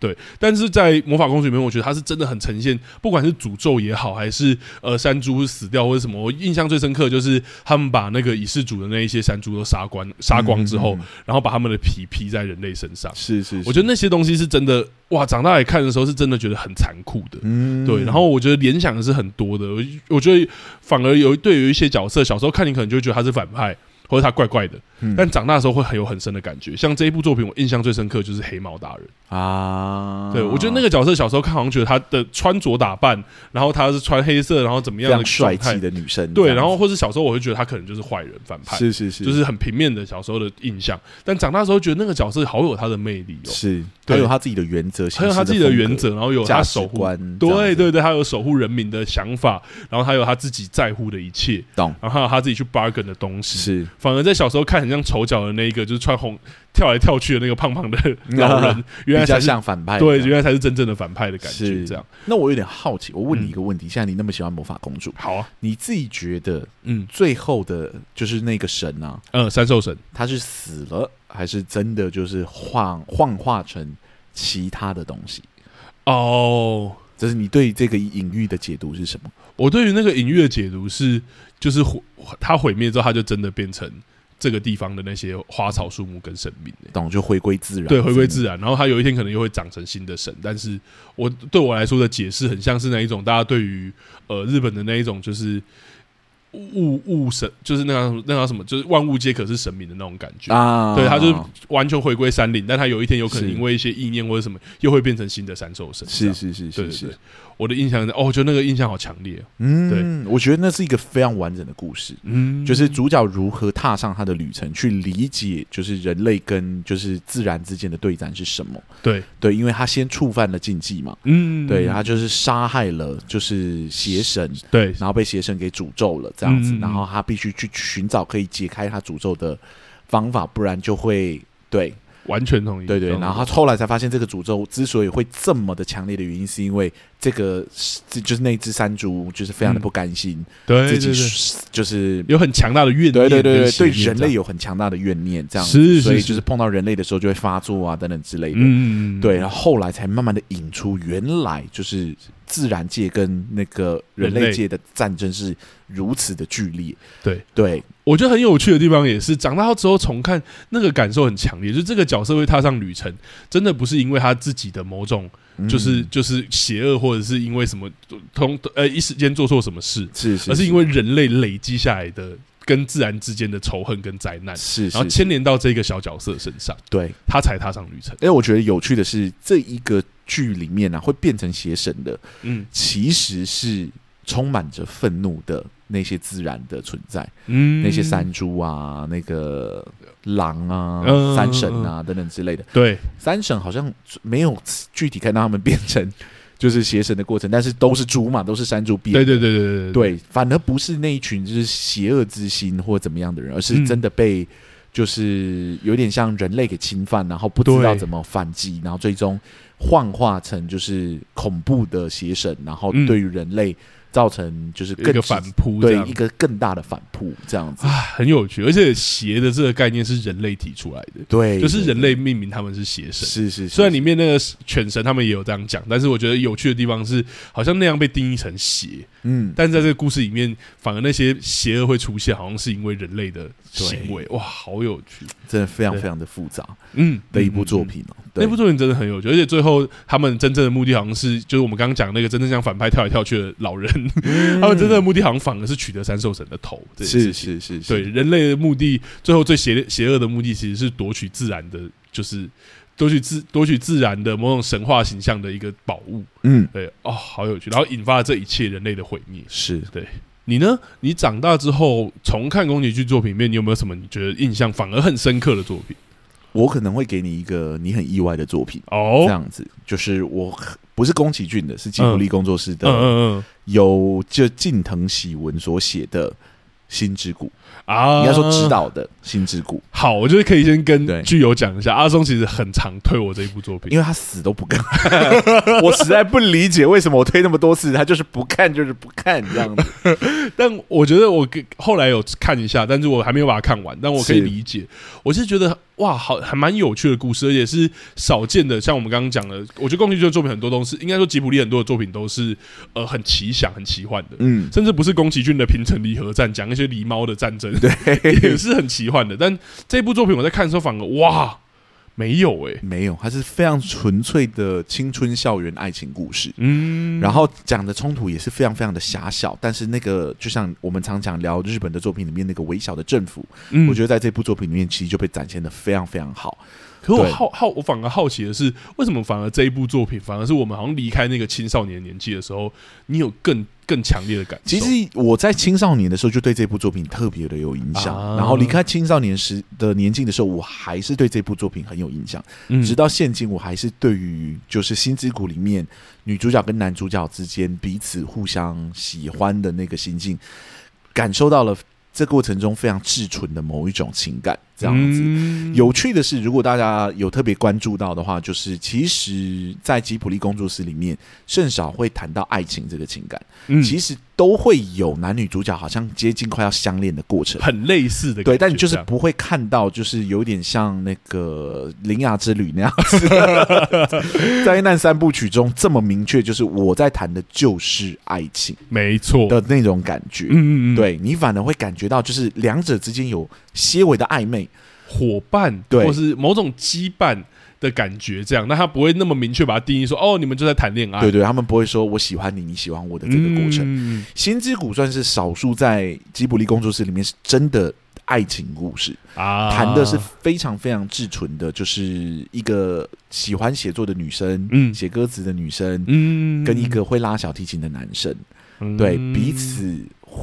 Speaker 1: 但是在魔法公主里面，我觉得它是真的很呈现，不管是诅咒也好，还是呃山猪死掉或者什么，我印象最深刻的就是他们把那个以世主的那一些山猪都杀光杀光之后，
Speaker 2: 嗯嗯嗯
Speaker 1: 然后把他们的皮披在人类身上。
Speaker 2: 是是，
Speaker 1: 我觉得那些东西是真的，哇！长大来看的时候是真的觉得很残酷的。
Speaker 2: 嗯
Speaker 1: 对，然后我觉得联想的是很多的，我我觉得反而有对有一些角色，小时候看你可能就会觉得他是反派，或者他怪怪的，
Speaker 2: 嗯
Speaker 1: 但长大的时候会很有很深的感觉。像这一部作品，我印象最深刻就是黑猫大人。
Speaker 2: 啊，
Speaker 1: 对我觉得那个角色小时候看好像觉得他的穿着打扮，然后他是穿黑色，然后怎么
Speaker 2: 非
Speaker 1: 样的
Speaker 2: 常帅
Speaker 1: 状态，
Speaker 2: 气的女生，这
Speaker 1: 对，
Speaker 2: 样
Speaker 1: 然后或是小时候我会觉得他可能就是坏人反派。
Speaker 2: 是是是，
Speaker 1: 就是很平面的小时候的印象，但长大之后觉得那个角色好有他的魅力哦，
Speaker 2: 是，
Speaker 1: 对
Speaker 2: 很有她自己的原则，
Speaker 1: 很有他自己的原则，然后有
Speaker 2: 行事的风格、价
Speaker 1: 他
Speaker 2: 值
Speaker 1: 守护
Speaker 2: 观，这样
Speaker 1: 对
Speaker 2: 子
Speaker 1: 对对，他有守护人民的想法，然后他有他自己在乎的一切，
Speaker 2: 懂
Speaker 1: 然后还有他自己去 bargain 的东西。
Speaker 2: 是
Speaker 1: 反而在小时候看很像丑角的那一个，就是穿红跳来跳去的那个胖胖 的老人，原来
Speaker 2: 比较
Speaker 1: 才是
Speaker 2: 像反派
Speaker 1: 对，
Speaker 2: 这样
Speaker 1: 原来才是真正的反派的感觉。
Speaker 2: 是
Speaker 1: 这样
Speaker 2: 那我有点好奇，我问
Speaker 1: 嗯
Speaker 2: 你一个问题：现在你那么喜欢魔法公主，
Speaker 1: 好啊，
Speaker 2: 你自己觉得
Speaker 1: 嗯
Speaker 2: 最后的就是那个神啊，
Speaker 1: 呃，三兽神，
Speaker 2: 他是死了，还是真的就是幻幻化成其他的东西？
Speaker 1: 哦，
Speaker 2: 就是你对这个隐喻的解读是什么？
Speaker 1: 我对于那个隐喻的解读是，就是毁他毁灭之后，他就真的变成这个地方的那些花草树木跟生命、欸
Speaker 2: 懂就回归自然，
Speaker 1: 对，回归
Speaker 2: 然。
Speaker 1: 自然。然后它有一天可能又会长成新的神，但是我对我来说的解释很像是那一种大家对于呃日本的那一种就是物物神，就是那样那叫什么，就是万物皆可是神明的那种感觉。
Speaker 2: 啊，
Speaker 1: 对，它就是完全回归山林，但它有一天有可能
Speaker 2: 是
Speaker 1: 因为一些意念或者什么，又会变成新的山兽神。这
Speaker 2: 是
Speaker 1: 样，
Speaker 2: 是是
Speaker 1: 对
Speaker 2: 是
Speaker 1: 对对
Speaker 2: 是，。
Speaker 1: 我的印象是，哦，我觉得那个印象好强烈哦。
Speaker 2: 嗯，我觉得那是一个非常完整的故事，
Speaker 1: 嗯，
Speaker 2: 就是主角如何踏上他的旅程，去理解就是人类跟就是自然之间的对战是什么。
Speaker 1: 对，
Speaker 2: 对，因为他先触犯了禁忌嘛，
Speaker 1: 嗯，
Speaker 2: 对，他就是杀害了就是邪神，
Speaker 1: 对，
Speaker 2: 然后被邪神给诅咒了这样子，
Speaker 1: 嗯
Speaker 2: 然后他必须去寻找可以解开他诅咒的方法，不然就会对
Speaker 1: 完全同意。
Speaker 2: 对对。
Speaker 1: 懂
Speaker 2: 然后他后来才发现，这个诅咒之所以会这么的强烈的原因，是因为这个这就是那只山猪就是非常的不甘心，
Speaker 1: 嗯对对
Speaker 2: 自己
Speaker 1: 对，
Speaker 2: 就是
Speaker 1: 有很强大的怨念跟
Speaker 2: 对
Speaker 1: 邪念，
Speaker 2: 对对对，对
Speaker 1: 这样
Speaker 2: 人类有很强大的怨念，这样
Speaker 1: 是是
Speaker 2: 所以
Speaker 1: 是
Speaker 2: 就是碰到人类的时候就会发作啊等等之类的。
Speaker 1: 嗯，嗯，嗯
Speaker 2: 对，然后后来才慢慢的引出，原来就是自然界跟那个人
Speaker 1: 人
Speaker 2: 类
Speaker 1: 类
Speaker 2: 界的战争是如此的剧烈。
Speaker 1: 对
Speaker 2: 对，
Speaker 1: 我觉得很有趣的地方也是，长大之后重看那个感受很强烈，就是这个角色会踏上旅程，真的不是因为他自己的某种，
Speaker 2: 嗯
Speaker 1: 就是、就是邪恶，或者是因为什么通呃一时间做错什么事，
Speaker 2: 是是，
Speaker 1: 而是因为人类累积下来的跟自然之间的仇恨跟灾难，
Speaker 2: 是
Speaker 1: 然后
Speaker 2: 是是
Speaker 1: 牵连到这个小角色身上，
Speaker 2: 对。
Speaker 1: 他才踏上旅程。
Speaker 2: 哎，我觉得有趣的是，这一个剧里面呢、啊，会变成邪神的，
Speaker 1: 嗯
Speaker 2: 其实是充满着愤怒的那些自然的存在，
Speaker 1: 嗯
Speaker 2: 那些山猪啊，那个狼啊，
Speaker 1: 嗯
Speaker 2: 山神啊等等之类的。
Speaker 1: 对
Speaker 2: 三神好像没有具体看到他们变成 就是邪神的过程，但是都是猪嘛，都是山猪变。
Speaker 1: 对对对对对
Speaker 2: 对反而不是那一群就是邪恶之心或怎么样的人，而
Speaker 1: 嗯
Speaker 2: 是真的被就是有点像人类给侵犯，然后不知道
Speaker 1: 对
Speaker 2: 怎么反击，然后最终幻化成就是恐怖的邪神，然后
Speaker 1: 嗯
Speaker 2: 对于人类造成就是
Speaker 1: 一
Speaker 2: 更
Speaker 1: 个反扑这
Speaker 2: 对
Speaker 1: 样
Speaker 2: 一个更大的反扑这样子
Speaker 1: 啊，。很有趣，而且邪的这个概念是人类提出来的，
Speaker 2: 对，
Speaker 1: 就是
Speaker 2: 对
Speaker 1: 人类命名他们是邪神。
Speaker 2: 是是，是
Speaker 1: 虽然里面那个犬神他们也有这样讲，但是我觉得有趣的地方是，好像那样被定义成邪，
Speaker 2: 嗯
Speaker 1: 但是在这个故事里面，反而那些邪恶会出现，好像是因为人类的行为。哇，好有趣！
Speaker 2: 真的非常
Speaker 1: 对
Speaker 2: 非常的复杂
Speaker 1: 嗯，
Speaker 2: 的一部
Speaker 1: 嗯。
Speaker 2: 作
Speaker 1: 嗯嗯
Speaker 2: 品哦。对
Speaker 1: 那部作品真的很有趣，而且最后他们真正的目的好像是，就是我们刚刚讲那个真正像反派跳来跳去的老人， 他们真正的目的好像反而是取得三兽神的头。这件事
Speaker 2: 嗯是
Speaker 1: 情
Speaker 2: 是是是，
Speaker 1: 对人类的目的，最后最邪邪恶的目的其实是夺取自然的，就是夺取自夺取自然的某种神话形象的一个宝物。
Speaker 2: 嗯，
Speaker 1: 对，哦，好有趣，然后引发了这一切人类的毁灭。
Speaker 2: 是
Speaker 1: 你呢？你长大之后重看宫崎骏作品里面，你有没有什么你觉得印象反而很深刻的作品？
Speaker 2: 我可能会给你一个你很意外的作品，这
Speaker 1: 哦，
Speaker 2: 样子，就是我不是宫崎骏的，是吉卜力工作室
Speaker 1: 嗯
Speaker 2: 的，
Speaker 1: 嗯
Speaker 2: 由这近藤喜文所写的。心之谷，
Speaker 1: 嗯，啊，
Speaker 2: 应该说指。导的《心之谷
Speaker 1: 好，我觉得可以先跟
Speaker 2: 对
Speaker 1: 剧友讲一下，阿松其实很常推我这一部作》，品。
Speaker 2: 因为他死都不看， 我实在不理解为什么我推那么多次，他就是不看，就是不看这样子。
Speaker 1: 但我觉得我给后来有看一下，但是我还没有把它看完，但我可以
Speaker 2: 是
Speaker 1: 理解。我是觉得哇，好还蛮有趣的故事，而且是少见的。像我们刚刚讲的，我觉得宫崎骏的作品很多都是，应该说吉卜力很多的作品都是呃很奇想、很奇幻的。
Speaker 2: 嗯，
Speaker 1: 甚至不是宫崎骏的平城离合战，讲一些狸猫的战争，也
Speaker 2: 对，
Speaker 1: 是很奇幻的。但这部作品我在看的时候，反而哇，没有欸诶、
Speaker 2: 没有，他是非常纯粹的青春校园爱情故事。
Speaker 1: 嗯，
Speaker 2: 然后讲的冲突也是非常非常的狭小，但是那个就像我们常讲聊日本的作品里面那个微小的政府，
Speaker 1: 嗯
Speaker 2: 我觉得在这部作品里面其实就被展现的非常非常好。
Speaker 1: 可我
Speaker 2: 对
Speaker 1: 好好，我反而好奇的是，为什么反而这一部作品，反而是我们好像离开那个青少年年纪的时候，你有更更强烈的感受？
Speaker 2: 其实我在青少年的时候就对这部作品特别的有影响，
Speaker 1: 啊
Speaker 2: 然后离开青少年时的年纪的时候，我还是对这部作品很有印象，
Speaker 1: 嗯
Speaker 2: 直到现今我还是对于就是《心之谷》里面女主角跟男主角之间彼此互相喜欢的那个心境，感受到了这过程中非常至纯的某一种情感，这样子。
Speaker 1: 嗯
Speaker 2: 有趣的是，如果大家有特别关注到的话，就是其实，在吉普力工作室里面，甚少会谈到爱情这个情感，
Speaker 1: 嗯
Speaker 2: 其实都会有男女主角好像接近快要相恋的过程。
Speaker 1: 很类似的感觉，
Speaker 2: 对，但就
Speaker 1: 这
Speaker 2: 是
Speaker 1: 样
Speaker 2: 不会看到，就是有点像那个《铃芽之旅》那样子， 灾难三部曲中这么明确，就是我在谈的就是爱情
Speaker 1: 没错，
Speaker 2: 的那种感觉。
Speaker 1: 嗯嗯嗯，，
Speaker 2: 对你反而会感觉到，就是两者之间有些微的暧昧，
Speaker 1: 伙伴
Speaker 2: 对
Speaker 1: 或是某种羁绊的感觉，这样，那他不会那么明确把它定义说，哦，你们就在谈恋爱，
Speaker 2: 对对，他们不会说我喜欢你，你喜欢我的这个过程。
Speaker 1: 嗯
Speaker 2: 心之谷算是少数在吉卜力工作室里面是真的爱情故事，
Speaker 1: 啊，
Speaker 2: 谈的是非常非常至纯的，就是一个喜欢写作的女生，
Speaker 1: 嗯
Speaker 2: 写歌词的女生，
Speaker 1: 嗯
Speaker 2: 跟一个会拉小提琴的男生，
Speaker 1: 嗯
Speaker 2: 对彼此。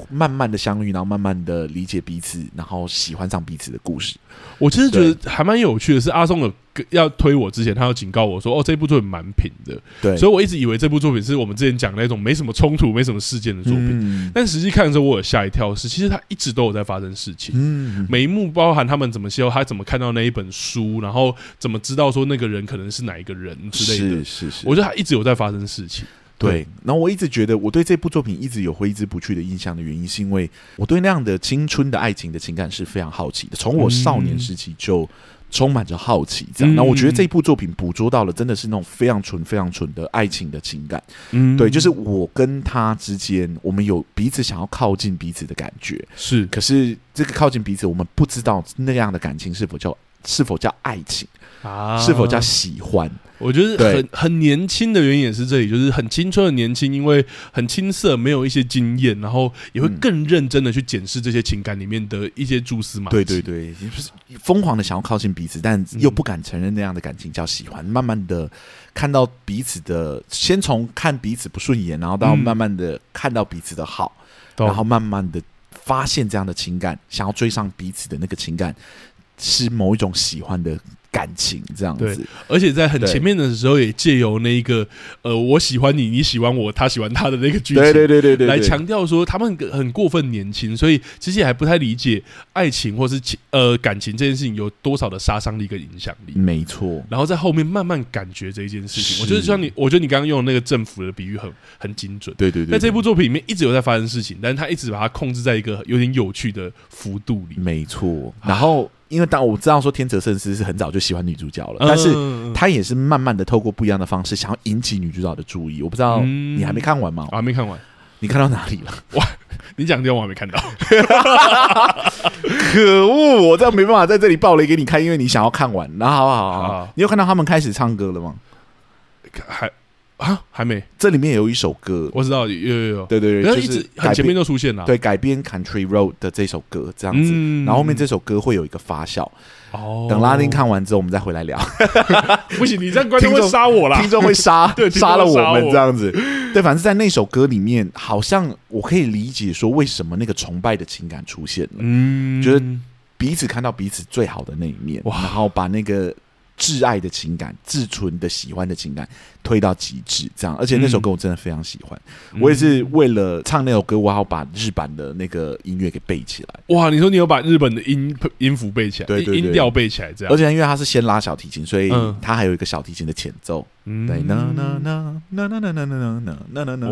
Speaker 2: 慢慢的相遇，然后慢慢的理解彼此，然后喜欢上彼此的故事。
Speaker 1: 我其实觉得还蛮有趣的是，阿松有跟要推我之前，他有警告我说：“哦，这部作品蛮平的。”
Speaker 2: 对，
Speaker 1: 所以我一直以为这部作品是我们之前讲那种没什么冲突、没什么事件的作品。
Speaker 2: 嗯
Speaker 1: 但实际看的时候，我有吓一跳是，其实它一直都有在发生事情。
Speaker 2: 嗯，
Speaker 1: 每一幕包含他们怎么邂逅，他怎么看到那一本书，然后怎么知道说那个人可能是哪一个人之类的
Speaker 2: 是。是是，
Speaker 1: 我觉得他一直有在发生事情，
Speaker 2: 对，然后我一直觉得我对这部作品一直有挥之不去的印象的原因，是因为我对那样的青春的爱情的情感是非常好奇的，从我少年时期就充满着好奇。这样，
Speaker 1: 嗯
Speaker 2: 那、我觉得这部作品捕捉到了真的是那种非常纯、非常纯的爱情的情感。
Speaker 1: 嗯
Speaker 2: 对，就是我跟他之间，我们有彼此想要靠近彼此的感觉，
Speaker 1: 是
Speaker 2: 可是这个靠近彼此，我们不知道那样的感情是否叫是否叫爱情，
Speaker 1: 啊
Speaker 2: 是否叫喜欢。
Speaker 1: 我觉得
Speaker 2: 对
Speaker 1: 很很年轻的原因也是这里，就是很青春的年轻，因为很青涩，没有一些经验，然后也会
Speaker 2: 嗯
Speaker 1: 更认真的去检视这些情感里面的一些蛛丝马迹。
Speaker 2: 对对对，就是疯狂的想要靠近彼此，但又不敢承认那样的感情叫喜欢。慢慢的看到彼此的，先从看彼此不顺眼，然后到
Speaker 1: 嗯
Speaker 2: 慢慢的看到彼此的好，
Speaker 1: 懂，
Speaker 2: 然后慢慢的发现这样的情感，想要追上彼此的那个情感，是某一种喜欢的感情，这样
Speaker 1: 对
Speaker 2: 子。
Speaker 1: 而且在很
Speaker 2: 对
Speaker 1: 前面的时候，也借由那一个呃，我喜欢你，你喜欢我，他喜欢他的那个剧情，
Speaker 2: 对对对对对，
Speaker 1: 来
Speaker 2: 对
Speaker 1: 强调说他们很过分年轻，所以其实也还不太理解爱情或是情呃感情这件事情有多少的杀伤力跟影响力。
Speaker 2: 没错，
Speaker 1: 然后在后面慢慢感觉这一件事情，
Speaker 2: 是
Speaker 1: 我觉得像你，我觉得你刚刚用的那个政府的比喻很很精准。
Speaker 2: 对对对，
Speaker 1: 在这
Speaker 2: 对
Speaker 1: 部作品里面一直有在发生事情，但是他一直把它控制在一个有点有趣的幅度里。
Speaker 2: 没错。然后，因为当我知道说天泽圣司是很早就喜欢女主角了，但是
Speaker 1: 嗯
Speaker 2: 他也是慢慢的透过不一样的方式，想要引起女主角的注意。我不知道
Speaker 1: 嗯
Speaker 2: 你还没看完吗？
Speaker 1: 我还没看完，
Speaker 2: 你看到哪里了？
Speaker 1: 你讲这样我还没看到。
Speaker 2: 可恶！我这样没办法在这里爆雷给你看，因为你想要看完。然后，好好好，好
Speaker 1: 好
Speaker 2: 你有看到他们开始唱歌了吗？
Speaker 1: 还啊还没，
Speaker 2: 这里面有一首歌，
Speaker 1: 我知道有有有，
Speaker 2: 对对
Speaker 1: 然
Speaker 2: 对，
Speaker 1: 后
Speaker 2: 就
Speaker 1: 一直
Speaker 2: 是
Speaker 1: 很
Speaker 2: 改
Speaker 1: 前面
Speaker 2: 编
Speaker 1: 就出现了，
Speaker 2: 对改编 Country Road 的这首歌这样子。
Speaker 1: 嗯，
Speaker 2: 然后后面这首歌会有一个发酵，
Speaker 1: 哦，
Speaker 2: 等拉丁看完之后，我们再回来聊。
Speaker 1: 不行，你这样观众
Speaker 2: 听
Speaker 1: 会
Speaker 2: 众
Speaker 1: 杀我啦
Speaker 2: 听。众会杀
Speaker 1: 对听众
Speaker 2: 杀
Speaker 1: 会
Speaker 2: 了
Speaker 1: 杀
Speaker 2: 我们
Speaker 1: 我
Speaker 2: 这样子。对，反正在那首歌里面，好像我可以理解说为什么那个崇拜的情感出现了，
Speaker 1: 嗯
Speaker 2: 觉得彼此看到彼此最好的那一面，
Speaker 1: 哇
Speaker 2: 然后把那个。挚爱的情感、至纯的喜欢的情感推到极致，这样。而且那首歌我真的非常喜欢，我也是为了唱那首歌，我还要把日版的那个音乐给背起来。
Speaker 1: 哇，你说你有把日本的音音符背起来，
Speaker 2: 对对对
Speaker 1: 音音调背起来，这样
Speaker 2: 而，且因为它是先拉小提琴，所以
Speaker 1: 嗯
Speaker 2: 它还有一个小提琴的前奏。
Speaker 1: 嗯
Speaker 2: 对，那那那那那那那那那那那那那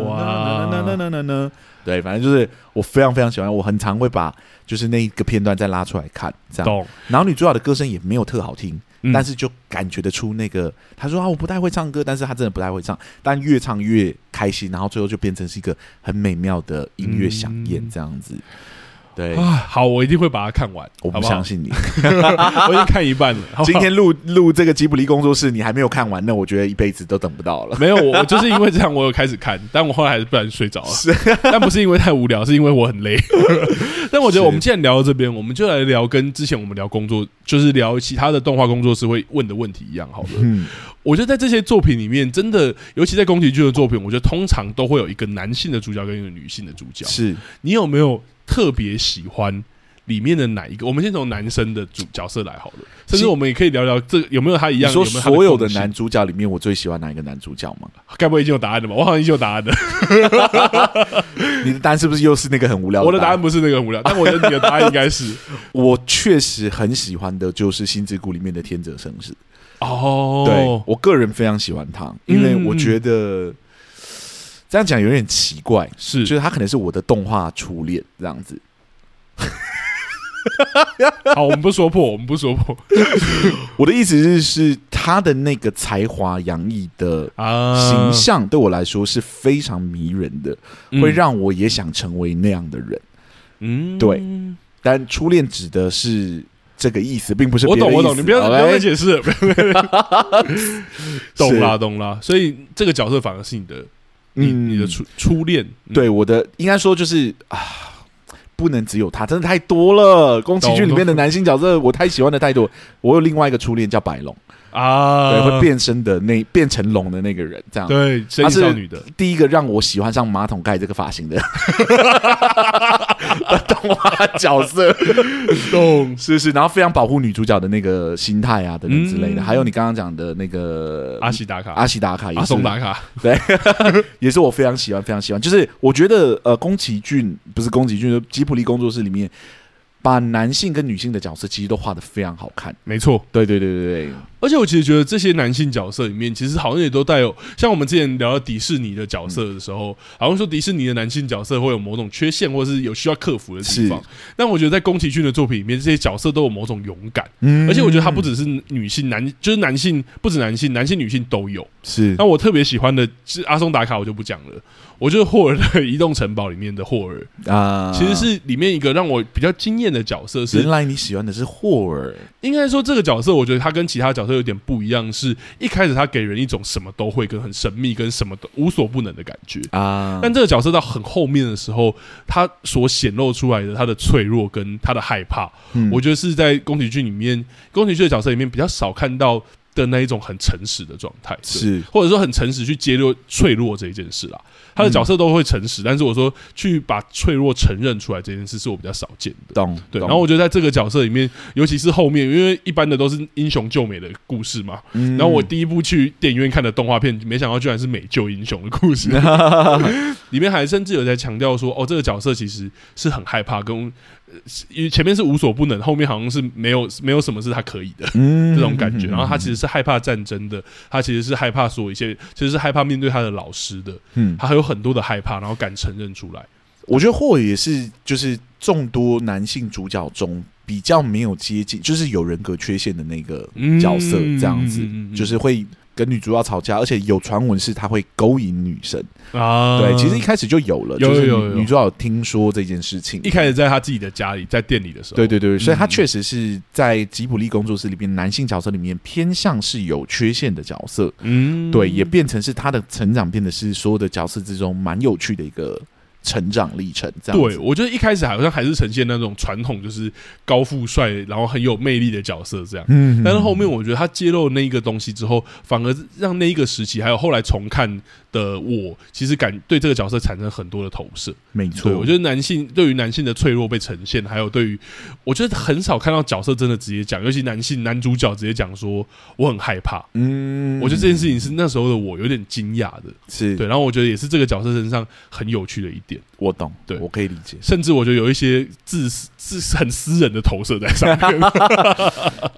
Speaker 2: 那那那那，对，反正就是我非常非常喜欢，我很常会把就是那一个片段再拉出来看，这样。
Speaker 1: 懂，
Speaker 2: 然后女主角的歌声也没有特好听，
Speaker 1: 嗯
Speaker 2: 但是就感觉得出那个，她说啊我不太会唱歌，但是她真的不太会唱，但越唱越开心，然后最后就变成是一个很美妙的音乐响宴这样子。对，
Speaker 1: 啊，嗯好，我一定会把它看完，
Speaker 2: 我
Speaker 1: 好
Speaker 2: 不
Speaker 1: 不
Speaker 2: 相
Speaker 1: 好？
Speaker 2: 信你，
Speaker 1: 我已经看一半 了，好不
Speaker 2: 今
Speaker 1: 好
Speaker 2: 天录录这个吉卜力工作室，你还没有看完，那我觉得一辈子都等不到了。
Speaker 1: 没有，我我就是因为这样，我有开始看，但我后来还是不然睡着了。
Speaker 2: 是
Speaker 1: 但不是因为太无聊，是因为我 很累。但我觉得
Speaker 2: 是
Speaker 1: 我们既然聊到这边，我们就来聊跟之前我们聊工作，就是聊其他的动画工作室会问的问题一样好了。
Speaker 2: 嗯，
Speaker 1: 我觉得在这些作品里面，真的，尤其在宫崎骏的作品，我觉得通常都会有一个男性的主角跟一个女性的主角。
Speaker 2: 是。
Speaker 1: 你有没有特别喜欢里面的哪一个？我们先从男生的主角色来好了，甚至
Speaker 2: 其
Speaker 1: 我们也可以聊聊这有没有他一样，
Speaker 2: 你说
Speaker 1: 有没有他
Speaker 2: 所有的
Speaker 1: 共性
Speaker 2: 男，主角里面，我最喜欢哪一个男主角吗？
Speaker 1: 该不会已经有答案了吧？我好像已经有答案了。
Speaker 2: 你的答案是不是又是那个很无聊
Speaker 1: 我的
Speaker 2: 答
Speaker 1: 答案？不是那个很无聊，但我觉得你的答案应该 是
Speaker 2: 我确实很喜欢的就是《星之谷》里面的天泽圣司，
Speaker 1: 哦，嗯
Speaker 2: 对我个人非常喜欢他，因为我觉得这样讲有点奇怪，
Speaker 1: 是
Speaker 2: 就是他可能是我的动画初恋这样子。
Speaker 1: 好，我们不说破，我们不说破
Speaker 2: 我的意思是，是他的那个才华洋溢的
Speaker 1: 啊
Speaker 2: 形象对我来说是非常迷人的，会
Speaker 1: 嗯
Speaker 2: 让我也想成为那样的人。
Speaker 1: 嗯
Speaker 2: 对但初恋指的是这个意思，并不是
Speaker 1: 我
Speaker 2: 别的
Speaker 1: 懂，我
Speaker 2: 意
Speaker 1: 懂，
Speaker 2: 思哎
Speaker 1: 你不要不
Speaker 2: OK？
Speaker 1: 要再解 释了，懂啦，
Speaker 2: 是
Speaker 1: 懂啦。所以这个角色反而是你的，你
Speaker 2: 嗯
Speaker 1: 你的初初恋，嗯
Speaker 2: 对我的应该说就是啊，不能只有他，真的太多了。宫崎骏里面的男性角色，我太喜欢的太多。我有另外一个初恋叫白龙，
Speaker 1: 啊，
Speaker 2: 对，会变身的那变成龙的那个人，这样。
Speaker 1: 对，神
Speaker 2: 他
Speaker 1: 隐
Speaker 2: 是
Speaker 1: 少女的，
Speaker 2: 第一个让我喜欢上马桶盖这个发型的 动画角色，
Speaker 1: 懂
Speaker 2: 是是，然后非常保护女主角的那个心态啊，等等之类
Speaker 1: 嗯
Speaker 2: 的。还有你刚刚讲的那个
Speaker 1: 阿西达卡
Speaker 2: 阿，西达卡也
Speaker 1: 阿
Speaker 2: 是
Speaker 1: 松达卡，
Speaker 2: 也是我非常喜欢、非常喜欢。就是我觉得，呃，宫崎骏不是宫崎骏，就是吉卜力工作室里面，把男性跟女性的角色其实都画的非常好看。
Speaker 1: 没错。
Speaker 2: 对对对对对，
Speaker 1: 而且我其实觉得这些男性角色里面，其实好像也都带有像我们之前聊到迪士尼的角色的时候，好像说迪士尼的男性角色会有某种缺陷，或是有需要克服的地方
Speaker 2: 是。
Speaker 1: 但我觉得在宫崎骏的作品里面，这些角色都有某种勇敢，
Speaker 2: 嗯
Speaker 1: 而且我觉得他不只是女性男，就是男性不止男性，男性女性都有。
Speaker 2: 是
Speaker 1: 那我特别喜欢的是阿松达卡，我就不讲了。我觉得霍尔的《移动城堡》里面的霍尔，
Speaker 2: 啊，
Speaker 1: 其实是里面一个让我比较惊艳的角色是
Speaker 2: 原来你喜欢的是霍尔，
Speaker 1: 应该说这个角色，我觉得他跟其他角色有点不一样，是一开始他给人一种什么都会、跟很神秘、跟什么都无所不能的感觉。
Speaker 2: 啊，
Speaker 1: 呃但这个角色到很后面的时候，他所显露出来的他的脆弱跟他的害怕，
Speaker 2: 嗯
Speaker 1: 我觉得是在宫崎骏里面，宫崎骏的角色里面比较少看到的那一种很诚实的状态，对
Speaker 2: 是
Speaker 1: 或者说很诚实去揭露脆弱这一件事啦。他的角色都会诚实，但是我说去把脆弱承认出来这件事，是我比较少见的。
Speaker 2: 懂
Speaker 1: 对，
Speaker 2: 懂
Speaker 1: 然后我觉得在这个角色里面，尤其是后面，因为一般的都是英雄救美的故事嘛。
Speaker 2: 嗯
Speaker 1: 然后我第一部去电影院看的动画片，没想到居然是美救英雄的故事。
Speaker 2: 嗯
Speaker 1: 里面还甚至有在强调说，哦，这个角色其实是很害怕，跟呃是因为前面是无所不能，后面好像是没有没有什么是他可以的。
Speaker 2: 嗯
Speaker 1: 这种感觉，然后他其
Speaker 2: 实
Speaker 1: 实是害怕战争的，他其实是害怕所有一些，其实是害怕面对他的老师的，
Speaker 2: 嗯，
Speaker 1: 他还有很多的害怕，然后敢承认出来。
Speaker 2: 我觉得霍尔也是，就是众多男性主角中比较没有接近，就是有人格缺陷的那个
Speaker 1: 嗯
Speaker 2: 角色，这样子
Speaker 1: 嗯嗯嗯嗯，
Speaker 2: 就是会跟女主角吵架，而且有传闻是他会勾引女生。
Speaker 1: 啊
Speaker 2: 对，其实一开始就有了，
Speaker 1: 有
Speaker 2: 就是
Speaker 1: 有有
Speaker 2: 女女主角有听说这件事情
Speaker 1: 一。开始在他自己的家里，在店里的时候，
Speaker 2: 对对对，所以他
Speaker 1: 嗯
Speaker 2: 确实是在吉卜力工作室里面，男性角色里面偏向是有缺陷的角色，
Speaker 1: 嗯
Speaker 2: 对，也变成是他的成长变得是所有的角色之中蛮有趣的一个成长历程，这样子
Speaker 1: 对，我觉得一开始好像还是呈现那种传统，就是高富帅，然后很有魅力的角色这样。
Speaker 2: 嗯
Speaker 1: 但是后面我觉得他揭露那一个东西之后，反而让那一个时期，还有后来重看的我，其实感对这个角色产生很多的投射。
Speaker 2: 没
Speaker 1: 对，
Speaker 2: 错，
Speaker 1: 我觉得男性对于男性的脆弱被呈现，还有对于我觉得很少看到角色真的直接讲，尤其男性男主角直接讲说我很害怕。
Speaker 2: 嗯
Speaker 1: 我觉得这件事情是那时候的我有点惊讶的，
Speaker 2: 是
Speaker 1: 对，然后我觉得也是这个角色身上很有趣的一点，
Speaker 2: 我懂，
Speaker 1: 对
Speaker 2: 我可以理解。
Speaker 1: 甚至我觉得有一些自私自很私人的投射在上面。
Speaker 2: 当然，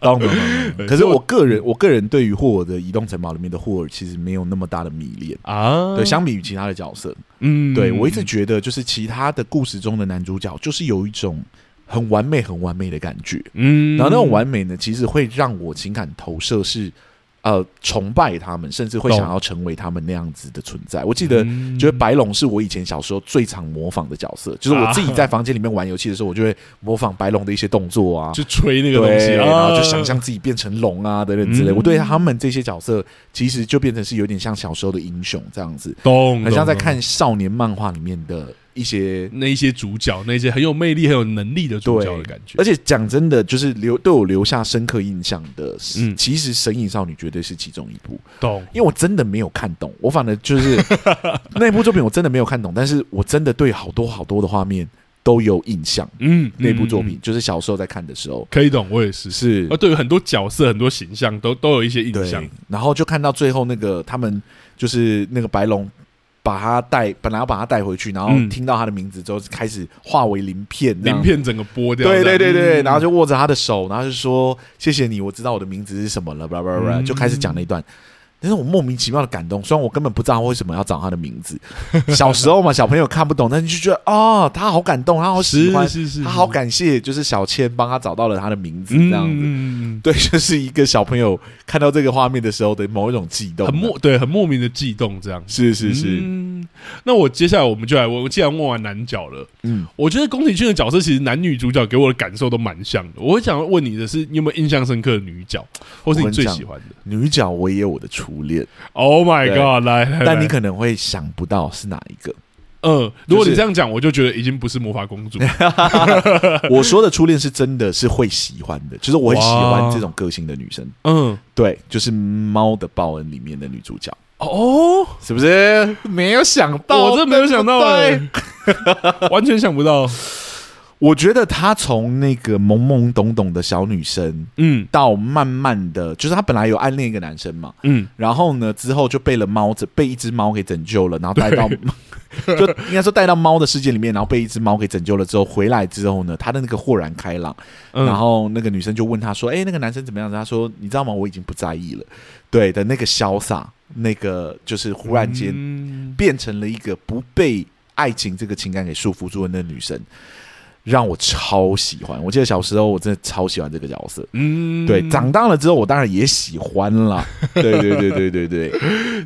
Speaker 2: 当
Speaker 1: 对
Speaker 2: 然可是
Speaker 1: 所以我
Speaker 2: 我个人，我个人对于霍尔的《移动城堡》里面的霍尔其实没有那么大的迷恋。
Speaker 1: 啊，
Speaker 2: 对，相比于其他的角色，
Speaker 1: 嗯
Speaker 2: 对我一直觉得就是其他的故事中的男主角，就是有一种很完美、很完美的感觉。
Speaker 1: 嗯
Speaker 2: 然后那种完美呢，其实会让我情感投射是呃崇拜他们，甚至会
Speaker 1: 懂嗯
Speaker 2: 想要成为他们那样子的存在。我记得觉得白龙是我以前小时候最常模仿的角色，就是我自己
Speaker 1: 啊
Speaker 2: 在房间里面玩游戏的时候，我就会模仿白龙的一些动 作啊，
Speaker 1: 就吹那个东西，
Speaker 2: 对，
Speaker 1: 啊
Speaker 2: 然后就想象自己变成龙啊等等之类。
Speaker 1: 嗯
Speaker 2: 我对他们这些角色，其实就变成是有点像小时候的英雄这样子，
Speaker 1: 懂，
Speaker 2: 很像在
Speaker 1: 嗯懂嗯
Speaker 2: 看少年漫画里面的一些。
Speaker 1: 那一些主角，那些很有魅力、很有能力的主角的感觉
Speaker 2: 而。且讲真的，就是留对我留下深刻印象的，
Speaker 1: 嗯
Speaker 2: 是，其实《神隐少女》绝对是其中一部，
Speaker 1: 懂，
Speaker 2: 因为我真的没有看懂，我反而就是 那部作品我真的没有看懂，但是我真的对好多好多的画面都有印象。
Speaker 1: 嗯，
Speaker 2: 那部作
Speaker 1: 嗯
Speaker 2: 品就是小时候在看的时候，
Speaker 1: 可以懂，我也是。
Speaker 2: 是
Speaker 1: 啊，对于很多角色、很多形象都都有一些印
Speaker 2: 对
Speaker 1: 象。，
Speaker 2: 然后就看到最后那个他们就是那个白龙把他带，本来要把他带回去，然后
Speaker 1: 嗯
Speaker 2: 听到他的名字之后开始化为鳞片，这样
Speaker 1: 鳞。片整个剥掉，
Speaker 2: 对对对对，
Speaker 1: 嗯
Speaker 2: 然后就握着他的手，然后就说：“谢谢你，我知道我的名字是什么了。”叭叭叭，
Speaker 1: 嗯
Speaker 2: 就开始讲那一段。但是我莫名其妙的感动，虽然我根本不知道他为什么要找他的名字。 小时候嘛，小朋友看不懂，但是就觉得哦，他好感动，他好喜欢，
Speaker 1: 是是是，
Speaker 2: 他好感谢，就是小千帮他找到了他的名字，
Speaker 1: 嗯，
Speaker 2: 这样子。
Speaker 1: 嗯，嗯
Speaker 2: 对，就是一个小朋友看到这个画面的时候的某一种悸
Speaker 1: 嗯
Speaker 2: 动，
Speaker 1: 很莫对，很莫名的悸动这样子。
Speaker 2: 是是是，
Speaker 1: 嗯，那我接下来我们就来，我既然问完男角了，
Speaker 2: 嗯，
Speaker 1: 我觉得宫崎骏的角色其实男女主角给我的感受都蛮像的。我想问你的是，你有没有印象深刻的女角，或是你
Speaker 2: 我跟你
Speaker 1: 最
Speaker 2: 讲
Speaker 1: 喜欢的
Speaker 2: 女角我也有我的初恋，
Speaker 1: ？Oh my
Speaker 2: 对
Speaker 1: god！来，来
Speaker 2: 但
Speaker 1: 来
Speaker 2: 你可能会想不到是哪一个。
Speaker 1: 嗯，如果
Speaker 2: 就
Speaker 1: 你
Speaker 2: 是
Speaker 1: 这样讲，我就觉得已经不是魔法 公主。
Speaker 2: 我说的初恋是真的是会喜欢的，就是我很喜欢这种个性的女生。
Speaker 1: 嗯，
Speaker 2: 对，就是《猫的报恩》里面的女主角，
Speaker 1: 哦，
Speaker 2: 是不是？没有想到，
Speaker 1: 我真没有想到、欸
Speaker 2: 对
Speaker 1: 哎
Speaker 2: 不对，
Speaker 1: 完全想不到。
Speaker 2: 我觉得她从那个懵懵懂懂的小女生，
Speaker 1: 嗯
Speaker 2: 到慢慢的，就是她本来有暗恋一个男生嘛，
Speaker 1: 嗯，
Speaker 2: 然后呢之后就被了猫子被一只猫给拯救了，然后带到 就应该说带到猫的世界里面，然后被一只猫给拯救了之后，回来之后呢，她的那个豁然开朗，
Speaker 1: 嗯
Speaker 2: 然后那个女生就问他说：“哎、那个男生怎么样？”他说：“你知道吗？我已经不在意了。”对的那个潇洒，那个就是忽然间
Speaker 1: 嗯
Speaker 2: 变成了一个不被爱情这个情感给束缚住的那个女生，让我超喜欢。我记得小时候我真的超喜欢这个角色。
Speaker 1: 嗯
Speaker 2: 对，长大了之后我当然也喜欢 啦。对对对对对对，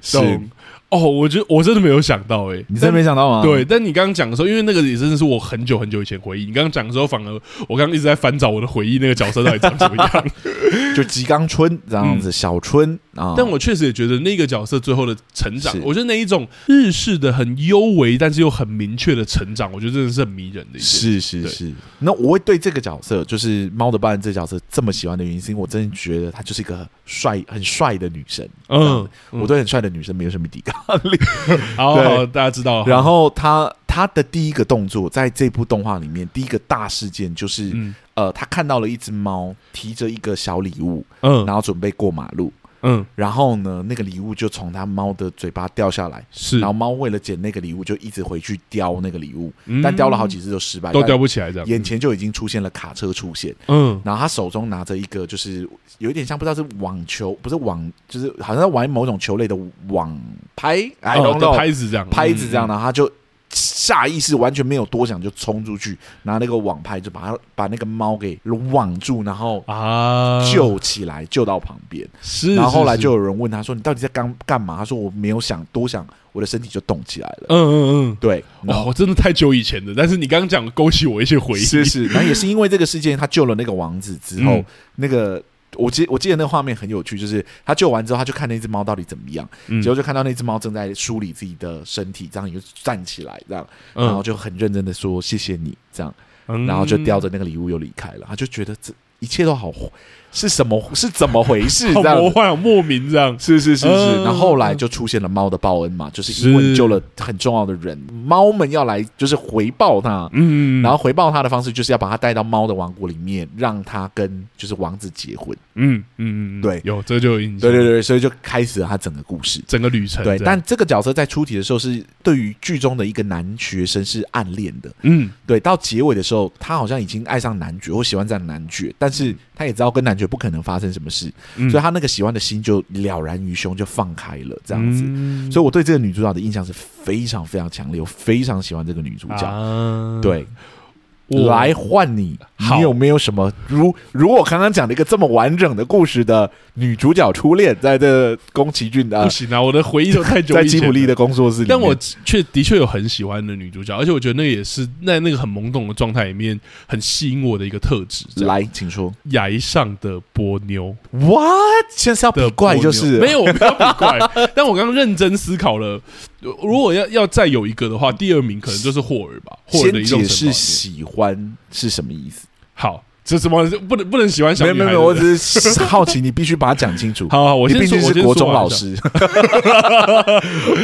Speaker 2: 是
Speaker 1: 懂哦，我觉得我真的没有想到哎、欸，
Speaker 2: 你真没想到吗？
Speaker 1: 对，但你刚刚讲的时候，因为那个也真的是我很久很久以前回忆。你刚刚讲的时候，反而我刚刚一直在翻找我的回忆，那个角色到底长什么 样。
Speaker 2: 就吉冈春这样子，小春啊，
Speaker 1: 嗯但我确实也觉得那个角色最后的成长
Speaker 2: 是，
Speaker 1: 我觉得那一种日式的很幽微，但是又很明确的成长，我觉得真的是很迷人的一件事。
Speaker 2: 是是
Speaker 1: 对
Speaker 2: 是，那我会对这个角色，就是猫的伴这角色这么喜欢的原因，是因为我真的觉得她就是一个帅、很帅的女生。
Speaker 1: 嗯，
Speaker 2: 我对很帅的女生没有什么抵抗力。
Speaker 1: 好
Speaker 2: 对
Speaker 1: 好，大家知道。
Speaker 2: 然，后她她的第一个动作，在这部动画里面，第一个大事件就是，
Speaker 1: 嗯
Speaker 2: 呃，她看到了一只猫提着一个小礼物，
Speaker 1: 嗯
Speaker 2: 然后准备过马路。
Speaker 1: 嗯，
Speaker 2: 然后呢，那个礼物就从她猫的嘴巴掉下来，
Speaker 1: 是
Speaker 2: 然，后猫为了捡那个礼物，就一直回去叼那个礼物，
Speaker 1: 嗯
Speaker 2: 但叼了好几次都失败，
Speaker 1: 都
Speaker 2: 但
Speaker 1: 叼不起来这样。
Speaker 2: 眼前就已经出现了卡车出现，
Speaker 1: 嗯
Speaker 2: 然后他手中拿着一个就是有一点像不知道是网球，不是网，就是好像在玩某种球类的网拍，I
Speaker 1: 哦
Speaker 2: don't
Speaker 1: 的
Speaker 2: know，、
Speaker 1: 拍子这样，
Speaker 2: 拍子这样，
Speaker 1: 的。
Speaker 2: 然后他就下意识完全没有多想就冲出去，拿那个网拍就把它把那个猫给网住，然后
Speaker 1: 啊，
Speaker 2: 救起来，救到旁边。
Speaker 1: 是，
Speaker 2: 然后后来
Speaker 1: 嗯是
Speaker 2: 就有人问他说：“你到底在干干嘛？”他说：“我没有想多想，我的身体就动起来了。
Speaker 1: 嗯嗯
Speaker 2: 对，
Speaker 1: 嗯，
Speaker 2: 然后
Speaker 1: 哦，真的太久以前的，但是你刚刚讲勾起我一些回忆。
Speaker 2: 是是，然后也是因为这个事件，他救了那个王子之后，
Speaker 1: 嗯
Speaker 2: 那个我记我记得那个画面很有趣，就是他救完之后，他就看那只猫到底怎么样，
Speaker 1: 嗯
Speaker 2: 结果就看到那只猫正在梳理自己的身体，这样也就站起来，这样，然
Speaker 1: 嗯，
Speaker 2: 后就很认真的说谢谢你，这样，
Speaker 1: 嗯
Speaker 2: 然后就叼着那个礼物又离开了，他就觉得这一切都好是什么是怎么回事
Speaker 1: 好
Speaker 2: 这样
Speaker 1: 魔
Speaker 2: 子。
Speaker 1: 幻，好莫名这样。
Speaker 2: 是是是是，
Speaker 1: 嗯
Speaker 2: 然后后来就出现了猫的报恩嘛，就是因为
Speaker 1: 是
Speaker 2: 你救了很重要的人，猫们要来就是回报他，
Speaker 1: 嗯，
Speaker 2: 然后回报他的方式就是要把他带到猫的王国里面，让他跟就是王子结婚。
Speaker 1: 嗯嗯嗯，
Speaker 2: 对
Speaker 1: 有这就有印象，
Speaker 2: 对对对，所以就开始了他整个故事。
Speaker 1: 整个旅程这
Speaker 2: 对，
Speaker 1: 样，
Speaker 2: 但这个角色在出题的时候是对于剧中的一个男学生是暗恋的。
Speaker 1: 嗯
Speaker 2: 对，到结尾的时候，他好像已经爱上男爵或喜欢上男爵，但是他也知道跟男爵不可能发生什么事，
Speaker 1: 嗯，
Speaker 2: 所以他那个喜欢的心就了然于胸，就放开了这样子。
Speaker 1: 嗯
Speaker 2: 所以我对这个女主角的印象是非常非常强烈，我非常喜欢这个女主角。
Speaker 1: 啊
Speaker 2: 对，
Speaker 1: 我
Speaker 2: 来换你，
Speaker 1: 好
Speaker 2: 你有没有什么如如我刚刚讲的一个这么完整的故事的女主角初恋，在这宫崎骏的、
Speaker 1: 不行啊，我的回忆都太久
Speaker 2: 呃在
Speaker 1: 以前
Speaker 2: 吉卜力的工作室里面，
Speaker 1: 但我却的确有很喜欢的女主角，而且我觉得那也是在那个很懵懂的状态里面很吸引我的一个特质。这样，
Speaker 2: 来，请说
Speaker 1: 崖上的波妞
Speaker 2: what？现在是要
Speaker 1: 的
Speaker 2: 比怪
Speaker 1: 波妞
Speaker 2: 就 是
Speaker 1: 没有，我不要比怪。但我刚刚认真思考了，如果要要再有一个的话，第二名可能就是霍尔吧。霍尔的
Speaker 2: 先
Speaker 1: 移动城堡
Speaker 2: 解
Speaker 1: 里
Speaker 2: 释
Speaker 1: 面
Speaker 2: 喜欢是什么意思？
Speaker 1: 好，这什么不能不能喜欢小
Speaker 2: 没
Speaker 1: 女
Speaker 2: 有
Speaker 1: 孩？
Speaker 2: 没有没有，我
Speaker 1: 对不对
Speaker 2: 只是好奇，你必须把它讲清楚。
Speaker 1: 好好，我
Speaker 2: 你
Speaker 1: 先
Speaker 2: 毕
Speaker 1: 说
Speaker 2: 竟
Speaker 1: 我
Speaker 2: 是
Speaker 1: 先
Speaker 2: 国
Speaker 1: 说
Speaker 2: 中
Speaker 1: 完
Speaker 2: 老
Speaker 1: 这样
Speaker 2: 师，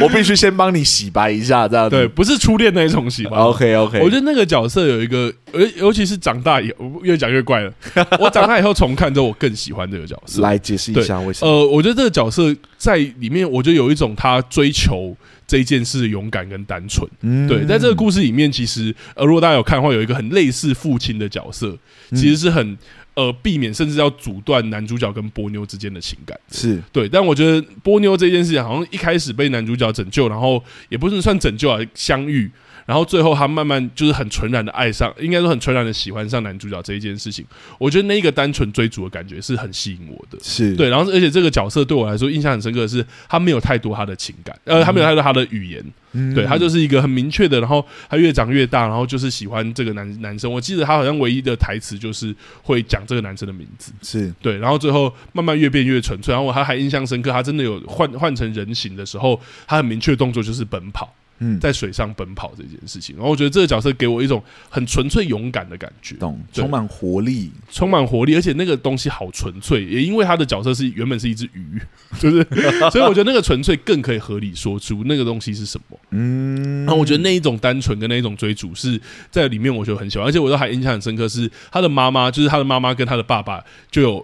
Speaker 2: 我必须先帮你洗白一下，这样子
Speaker 1: 对，不是初恋那一种喜欢。
Speaker 2: 啊 OK OK，
Speaker 1: 我觉得那个角色有一个，尤尤其是长大以后，越讲越怪 了。我长大以后重看之后，我更喜欢这个角色。
Speaker 2: 来解释一
Speaker 1: 对
Speaker 2: 下为什么。
Speaker 1: 呃，我觉得这个角色在里面，我觉得有一种他追求这件事的勇敢跟单纯。
Speaker 2: 嗯
Speaker 1: 对，在这个故事里面，其实呃，如果大家有看的话，有一个很类似父亲的角色，
Speaker 2: 嗯
Speaker 1: 其实是很呃避免甚至要阻断男主角跟波妞之间的情感。
Speaker 2: 是
Speaker 1: 对，但我觉得波妞这件事情好像一开始被男主角拯救，然后也不是算拯救啊，相遇，然后最后他慢慢就是很纯然的爱上，应该说很纯然的喜欢上男主角这一件事情，我觉得那一个单纯追逐的感觉是很吸引我的。
Speaker 2: 是，
Speaker 1: 对，然后而且这个角色对我来说印象很深刻的是，他没有太多他的情感，呃，他没有太多他的语言，
Speaker 2: 嗯
Speaker 1: 对他就是一个很明确的，然后他越长越大，然后就是喜欢这个男男生。我记得他好像唯一的台词就是会讲这个男生的名字，
Speaker 2: 是
Speaker 1: 对，然后最后慢慢越变越纯 粹，然后我还还印象深刻，他真的有换换成人形的时候，他很明确的动作就是奔跑，
Speaker 2: 嗯，
Speaker 1: 在水上奔跑这件事情。然后我觉得这个角色给我一种很纯粹勇敢的感觉，
Speaker 2: 懂，
Speaker 1: 对
Speaker 2: 充满活力，
Speaker 1: 充满活力，而且那个东西好纯粹。也因为他的角色是原本是一只鱼，就是 所以我觉得那个纯粹更可以合理说出那个东西是什么。
Speaker 2: 嗯
Speaker 1: 然后我觉得那一种单纯跟那一种追逐是在里面，我觉得很喜欢，而且我都还印象很深刻是他的妈妈，就是他的妈妈跟他的爸爸就有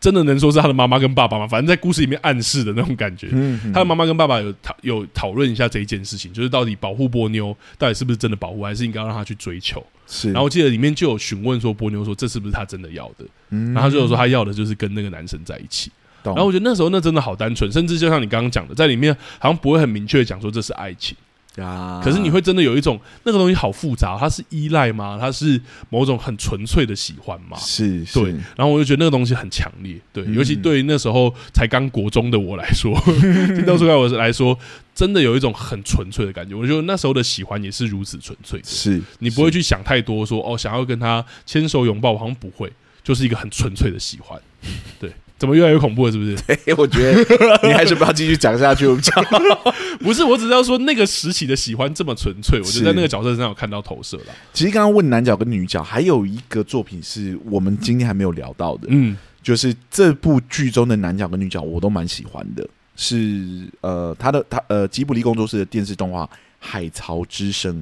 Speaker 1: 真的能说是他的妈妈跟爸爸吗？反正在故事里面暗示的那种感觉。
Speaker 2: 嗯，嗯
Speaker 1: 他的妈妈跟爸爸有讨有讨论一下这一件事情，就是到底保护波妞到底是不是真的保护，还是应该让他去追求？
Speaker 2: 是，
Speaker 1: 然后我记得里面就有询问说波妞说这是不是他真的要的，
Speaker 2: 嗯哦
Speaker 1: 然后他就有说他要的就是跟那个男生在一起。
Speaker 2: 懂
Speaker 1: 然后我觉得那时候那真的好单纯，甚至就像你刚刚讲的，在里面好像不会很明确地讲说这是爱情。
Speaker 2: 啊
Speaker 1: 可是你会真的有一种那个东西好复杂，它是依赖吗？它是某种很纯粹的喜欢吗？
Speaker 2: 是
Speaker 1: 啊对
Speaker 2: 是，
Speaker 1: 然后我就觉得那个东西很强烈，对，
Speaker 2: 嗯
Speaker 1: 尤其对于那时候才刚国中的我来说， 听到出来我来说，真的有一种很纯粹的感觉。我觉得那时候的喜欢也是如此纯粹的，
Speaker 2: 是，
Speaker 1: 你不会去想太多说哦，想要跟他牵手拥抱，我好像不会，就是一个很纯粹的喜欢。 对，怎么越来越恐怖了？ 是不是？
Speaker 2: 哎，我觉得你还是不要继续讲下去，我们讲，
Speaker 1: 不是，我只是要说那个时期的喜欢这么纯粹，我觉
Speaker 2: 是
Speaker 1: 得在那个角色身上有看到投射了。
Speaker 2: 其实刚刚问男角跟女角，还有一个作品是我们今天还没有聊到的，
Speaker 1: 嗯，
Speaker 2: 就是这部剧中的男角跟女角我都蛮喜欢的，是呃，他的他呃吉卜力工作室的电视动画《海潮之声》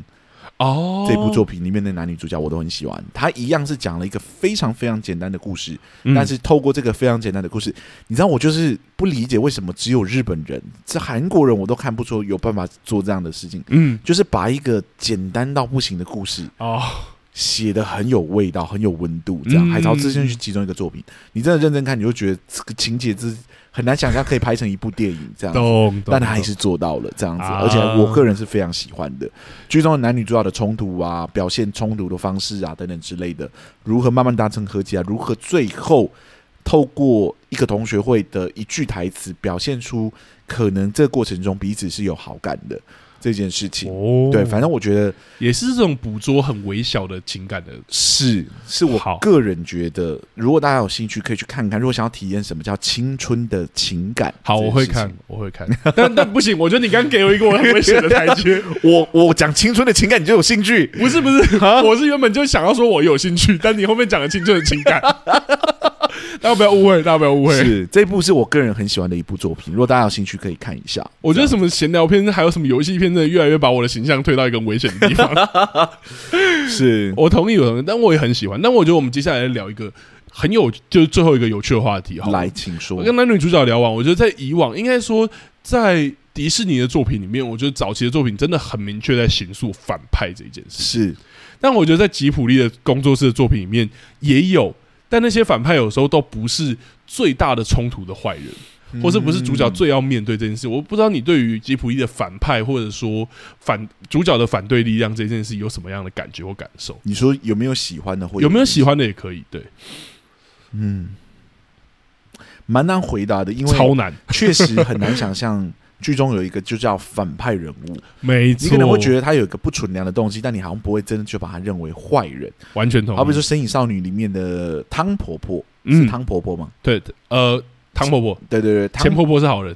Speaker 1: 哦，
Speaker 2: 这部作品里面的男女主角我都很喜欢，他一样是讲了一个非常非常简单的故事，
Speaker 1: 嗯
Speaker 2: 但是透过这个非常简单的故事，你知道我就是不理解为什么只有日本人，这韩国人我都看不出有办法做这样的事情，
Speaker 1: 嗯
Speaker 2: 就是把一个简单到不行的故事
Speaker 1: 哦，
Speaker 2: 写的很有味道，很有温度。这样，
Speaker 1: 嗯
Speaker 2: 海潮之声》是其中一个作品，你真的认真看，你就觉得这个情节之很难想象可以拍成一部电影这样子。
Speaker 1: 懂，
Speaker 2: 但他还是做到了这样子，
Speaker 1: 啊
Speaker 2: 而且我个人是非常喜欢的。剧中的男女主角的冲突啊，表现冲突的方式啊，等等之类的，如何慢慢达成和解啊，如何最后透过一个同学会的一句台词，表现出可能这过程中彼此是有好感的这件事情。
Speaker 1: 哦
Speaker 2: 对，反正我觉得
Speaker 1: 也是这种捕捉很微小的情感的，
Speaker 2: 是，是我
Speaker 1: 好
Speaker 2: 个人觉得，如果大家有兴趣，可以去看看。如果想要体验什么叫青春的情感，
Speaker 1: 好，
Speaker 2: 这件
Speaker 1: 我会
Speaker 2: 事情
Speaker 1: 看。，我会看，但但不行，我觉得你刚给我一个我很危险的台 阶，
Speaker 2: 我我讲青春的情感，你就有兴趣？
Speaker 1: 不是不 是，
Speaker 2: 啊
Speaker 1: 我是原本就想要说我有兴趣，但你后面讲的青春的情感， 大家不要误会，大家不要误会，
Speaker 2: 是这部是我个人很喜欢的一部作品，如果大家有兴趣，可以看一下。
Speaker 1: 我觉得什么闲聊片，还有什么游戏片，真的越来越把我的形象推到一个危险的地方。
Speaker 2: 是
Speaker 1: 我同意，我同意，但我也很喜欢。但我觉得我们接下来聊一个很有，就是最后一个有趣的话题，好了
Speaker 2: 来，请说
Speaker 1: 我。跟男女主角聊完，我觉得在以往应该说在迪士尼的作品里面，我觉得早期的作品真的很明确在形塑反派这一件事。
Speaker 2: 是
Speaker 1: 但我觉得在吉普力的工作室的作品里面也有，但那些反派有时候都不是最大的冲突的坏人。或是不是
Speaker 2: 嗯
Speaker 1: 主角最要面对这件事？我不知道你对于吉普力的反派，或者说反主角的反对力量这件事有什么样的感觉或感受？
Speaker 2: 你说有没有喜欢的？或
Speaker 1: 有没有喜？欢的也可以，对，
Speaker 2: 嗯，蛮难回答的，因为
Speaker 1: 超难，
Speaker 2: 确实很难想象剧中有一个就叫反派人物，
Speaker 1: 没错，
Speaker 2: 你可能会觉得他有一个不纯良的动机，但你好像不会真的就把他认为坏人。
Speaker 1: 完全同意。
Speaker 2: 好比说《神隐少女》里面的汤婆婆，是
Speaker 1: 嗯
Speaker 2: 汤婆婆吗？
Speaker 1: 对，呃，唐婆婆、
Speaker 2: 对对对，汤
Speaker 1: 钱婆婆是好人，